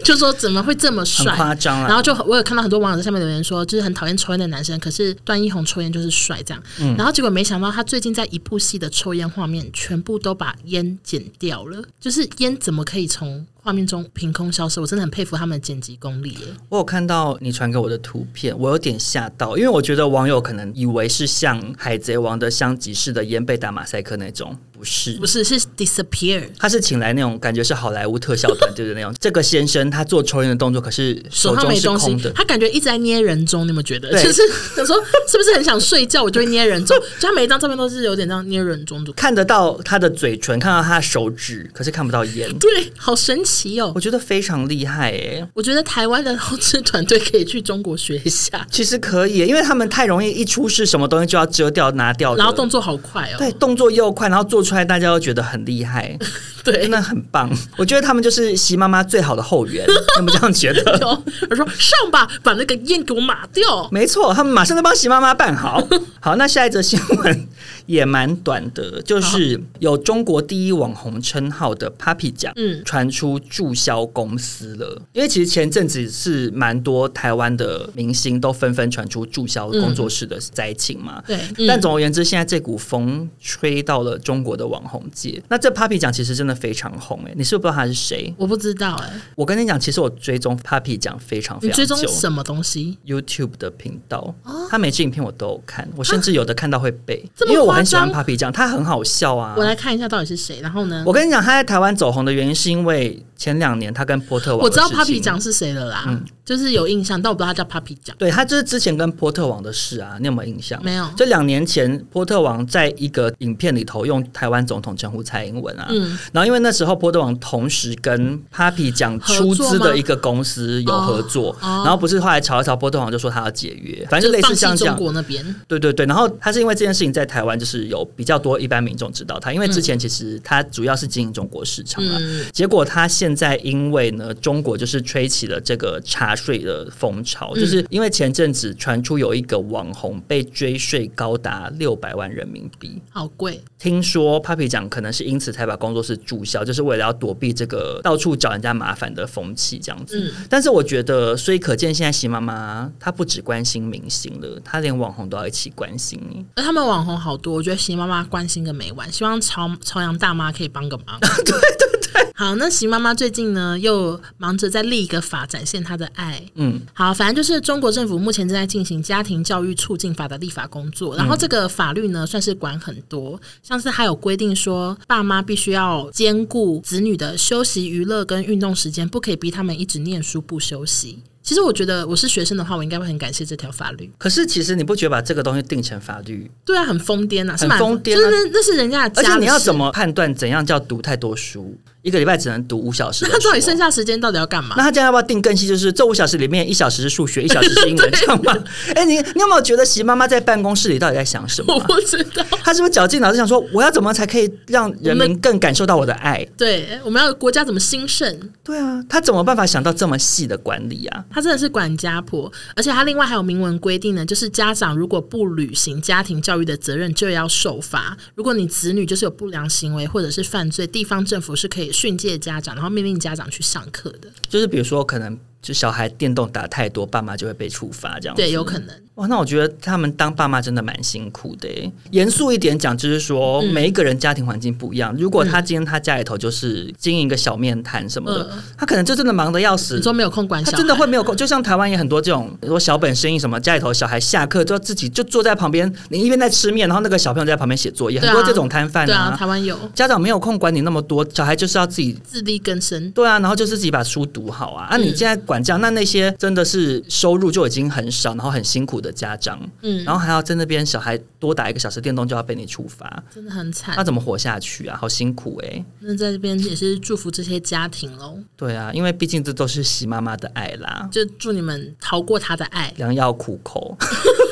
Speaker 3: 就说怎么会这么
Speaker 2: 很
Speaker 3: 帅？
Speaker 2: 夸张
Speaker 3: 然
Speaker 2: 啊。
Speaker 3: 后就我有看到很多网友在下面留言说，就是很讨厌抽烟的男生，可是段奕宏抽烟就是帅这样。
Speaker 2: 嗯
Speaker 3: 然后结果没想到他最近在一部戏的抽烟画面，全部都把烟剪掉了，就是烟怎么可以从画面中凭空消失？我真的很佩服他们的剪辑功力耶。
Speaker 2: 我有看到你传给我的图片，我有点吓到，因为我觉得网友可能以为是像《海贼王》的香吉士的烟被打马赛克那种，不是
Speaker 3: 不。是，是 disappear。
Speaker 2: 他是请来那种感觉是好莱坞特效团队的那种。这个先生他做抽烟的动作，可是
Speaker 3: 手
Speaker 2: 手
Speaker 3: 上
Speaker 2: 中
Speaker 3: 没
Speaker 2: 是
Speaker 3: 东西
Speaker 2: 空的，，
Speaker 3: 他感觉一直在捏人中，你有没有觉得？
Speaker 2: 对
Speaker 3: 就是想说，是不是很想睡觉，我就会捏人中？就他每一张照片都是有点这样捏人中的，
Speaker 2: 看得到他的嘴唇，看到他的手指，可是看不到烟。
Speaker 3: 对，好神奇哦
Speaker 2: 我！觉得非常厉害诶、
Speaker 3: 我觉得台湾的后置团队可以去中国学一下，
Speaker 2: 其实可以耶、因为他们太容易一出事，什么东西就要遮掉、拿掉的，
Speaker 3: 然后动作好快哦，
Speaker 2: 对动作又快，然后做出来大家都觉得很厉害，
Speaker 3: 对
Speaker 2: 真，
Speaker 3: (laughs)
Speaker 2: 的很棒。我觉得他们就是习妈妈最好的后援，你们这样觉得？
Speaker 3: 有我说上吧，把那个烟给我抹掉。
Speaker 2: (laughs) 没错，他们马上就帮习妈妈办好。好，那下一则新闻也蛮短的，就是有中国第一网红称号的 Papi 酱，
Speaker 3: 嗯
Speaker 2: 传出注销公司了。因为其实前阵子是蛮多台湾的明星都纷纷传出注销工作室的灾情嘛。
Speaker 3: 嗯对，嗯
Speaker 2: 但总而言之，现在这股风吹到了中国的网红界。那这 Papi 酱其实真的非常红诶、你是不是不知道他是谁？
Speaker 3: 我不知道哎、
Speaker 2: 我跟你讲，其实我追踪 Papi 酱非常非
Speaker 3: 你
Speaker 2: 常久。
Speaker 3: 追踪什么东西？
Speaker 2: YouTube 的频道，他每支影片我都有看，我甚至有的看到会背，
Speaker 3: 哦啊这么
Speaker 2: 因为我很喜
Speaker 3: 夸张
Speaker 2: 欢 Papi 酱，他很好笑啊
Speaker 3: 我。来看一下到底是谁。然后呢，
Speaker 2: 我跟你讲，他在台湾走红的原因是因为前两年他跟波特王，
Speaker 3: 我知道 Papi 酱，是谁了啦，
Speaker 2: 嗯
Speaker 3: 就是有印象，但我不知道他叫 Papi 酱。
Speaker 2: 对他就是之前跟波特王的事啊，你有没有印象？
Speaker 3: 没有
Speaker 2: 就两年前波特王在一个影片里头用台湾总统称呼蔡英文啊，
Speaker 3: 嗯
Speaker 2: 然后因为那时候波特王同时跟 Papi 酱出资的一个公司有
Speaker 3: 合
Speaker 2: 合作，
Speaker 3: 作吗哦哦
Speaker 2: 然后不是后来吵一吵，波特王就说他要解约，反正就类似
Speaker 3: 放弃
Speaker 2: 像这
Speaker 3: 中
Speaker 2: 样。
Speaker 3: 国那边，
Speaker 2: 对对对，然后他是因为这件事情在台湾就是有比较多一般民众知道他，因为之前其实他主要是经营中国市场啊。
Speaker 3: 嗯，
Speaker 2: 结果他现在因为呢，中国就是吹起了这个茶税的风潮，
Speaker 3: 嗯
Speaker 2: 就是因为前阵子传出有一个网红被追税高达六百万人民币，
Speaker 3: 好贵，
Speaker 2: 听说 Papi 讲可能是因此才把工作室注销，就是为了要躲避这个到处找人家麻烦的风气这样子。
Speaker 3: 嗯
Speaker 2: 但是我觉得，所以可见现在席妈妈她不只关心明星了，她连网红都要一起关心你。
Speaker 3: 嗯而他们网红好多，我觉得席妈妈关心个没完，希望朝朝阳大妈可以帮个忙。 (laughs) 对对对，好，那席妈妈最近呢又忙着在立一个法展现她的爱，
Speaker 2: 嗯，
Speaker 3: 好，反正就是中国政府目前正在进行家庭教育促进法的立法工作，然后这个法律呢算是管很多，像是还有规定说，爸妈必须要兼顾子女的休息、娱乐跟运动时间，不可以逼他们一直念书不休息。其实我觉得我是学生的话，我应该会很感谢这条法律。
Speaker 2: 可是其实你不觉得把这个东西定成法律，
Speaker 3: 对啊，很疯癫啊，是蛮
Speaker 2: 很疯癫啊
Speaker 3: 就是那那是人家的
Speaker 2: 而
Speaker 3: 家
Speaker 2: 且
Speaker 3: 的
Speaker 2: 你要
Speaker 3: 事
Speaker 2: 怎？么判断怎样叫读太多书？一个礼拜只能读五小时的
Speaker 3: 那 (laughs)
Speaker 2: 书哦
Speaker 3: 到底剩下时间到底要干嘛
Speaker 2: 那？他这样要不要定更细？就是这五小时里面，一小时是数学，一小时是英文，
Speaker 3: (laughs)
Speaker 2: 这样吗？哎、你你有没有觉得席妈妈在办公室里到底在想什么
Speaker 3: (laughs) 我
Speaker 2: 啊、
Speaker 3: 不知道。
Speaker 2: 她是不是绞尽脑汁想说，我要怎么才可以让人民更感受到我的爱？
Speaker 3: 对，我们要国家怎么兴盛？
Speaker 2: 对啊，她怎么办法想到这么细的管理啊？
Speaker 3: 他真的是管家婆，而且他另外还有明文规定呢，就是家长如果不履行家庭教育的责任，就要受罚。如果你子女就是有不良行为或者是犯罪，地方政府是可以训诫家长，然后命令家长去上课的。
Speaker 2: 就是比如说，可能就小孩电动打太多，爸妈就会被处罚这样子。
Speaker 3: 对，有可能。
Speaker 2: 哇，那我觉得他们当爸妈真的蛮辛苦的耶。严肃一点讲，就是说、每一个人家庭环境不一样。如果他今天他家里头就是经营一个小面摊什么的，
Speaker 3: 嗯
Speaker 2: 他可能就真的忙得要死
Speaker 3: 你。说没有空管
Speaker 2: 他
Speaker 3: 小孩，
Speaker 2: 真的会没有空，就像台湾也很多这种，比如说小本生意什么，家里头小孩下课就自己就坐在旁边，你一边在吃面，然后那个小朋友在旁边写作业，
Speaker 3: 对啊
Speaker 2: 很多这种摊贩
Speaker 3: 对啊，台湾有
Speaker 2: 家长没有空管你那么多，小孩就是要自己
Speaker 3: 自力更生。
Speaker 2: 对啊，然后就是自己把书读好啊。啊，你现在管这样，那那些真的是收入就已经很少，然后很辛苦的家长，
Speaker 3: 嗯
Speaker 2: 然后还要在那边小孩多打一个小时电动就要被你处罚，
Speaker 3: 真的很惨
Speaker 2: 那，怎么活下去啊？好辛苦哎、
Speaker 3: 那在这边也是祝福这些家庭喽，
Speaker 2: 对啊，因为毕竟这都是喜妈妈的爱啦，
Speaker 3: 就祝你们逃过他的爱。
Speaker 2: 良药苦口， (laughs)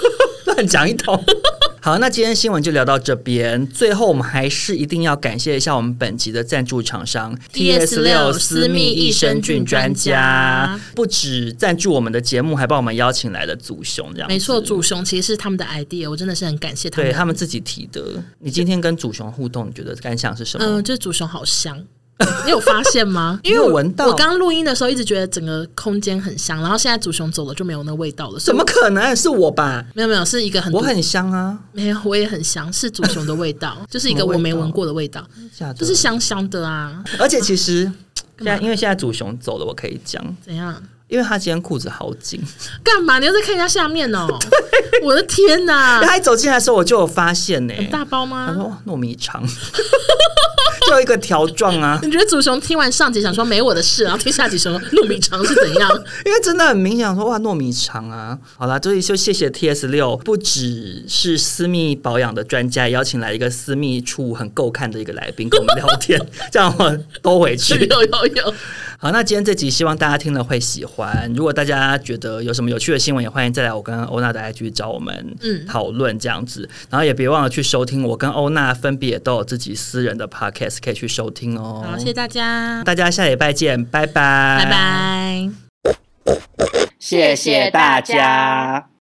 Speaker 2: 乱讲一通。好，那今天新闻就聊到这边。最后，我们还是一定要感谢一下我们本集的赞助厂商
Speaker 3: TS6
Speaker 2: 6
Speaker 3: 私密益生菌专家，
Speaker 2: 不止赞助我们的节目，还把我们邀请来了祖雄，这样子
Speaker 3: 没错，祖雄其实是他们的 idea，我真的是很感谢他们。
Speaker 2: 对他们自己提的。你今天跟祖雄互动，你觉得感想是什么？
Speaker 3: 嗯，就是竹熊好香。 (laughs) 你有发现
Speaker 2: (laughs)
Speaker 3: 吗？因为
Speaker 2: 你有
Speaker 3: 我
Speaker 2: 闻到
Speaker 3: 我刚录音的时候一直觉得整个空间很香，然后现在竹熊走了就没有那味道了。所
Speaker 2: 怎
Speaker 3: 以
Speaker 2: 么可能是我吧？
Speaker 3: 没有没有是一个很
Speaker 2: 我很香啊，
Speaker 3: 没有我也很香，是竹熊的味
Speaker 2: (laughs)
Speaker 3: 道，就是一
Speaker 2: 什
Speaker 3: 个
Speaker 2: 么味
Speaker 3: 我
Speaker 2: 道
Speaker 3: 没闻过的味道，
Speaker 2: 假的
Speaker 3: 就是香香的啊。
Speaker 2: 而且其实现在
Speaker 3: 干嘛
Speaker 2: 因为现在祖雄走了，我可以讲，
Speaker 3: 怎样？
Speaker 2: 因为他今天裤子好紧。
Speaker 3: 干嘛？你要再看人家下面
Speaker 2: (laughs)
Speaker 3: 哦！我的天哪
Speaker 2: 然后，他一走进来的时候，我就有发现呢、
Speaker 3: 很大啊包
Speaker 2: 他说
Speaker 3: 吗？
Speaker 2: 哇糯米肠， (laughs) 就一个条状啊，
Speaker 3: 你觉得竹熊听完上集想说没我的事，然后听下集说糯米肠是怎样？
Speaker 2: 因为真的很明显说哇糯米肠啊。好啦，所以就谢谢 T S 六，不只是私密保养的专家，邀请来一个私密处很够看的一个来宾跟我们聊天， (laughs) 这样我都回
Speaker 3: (laughs)
Speaker 2: 去。
Speaker 3: 有有有，
Speaker 2: 好，那今天这集希望大家听了会喜欢。如果大家觉得有什么有趣的新闻，也欢迎再来我跟欧娜的 IG 找我们
Speaker 3: 嗯
Speaker 2: 讨论这样子。然后也别忘了去收听我跟欧娜分别都有自己私人的 podcast 可以去收听哦。
Speaker 3: 好，谢谢大家，
Speaker 2: 大家下礼拜见，拜拜，
Speaker 3: 拜拜。
Speaker 4: 谢谢大家。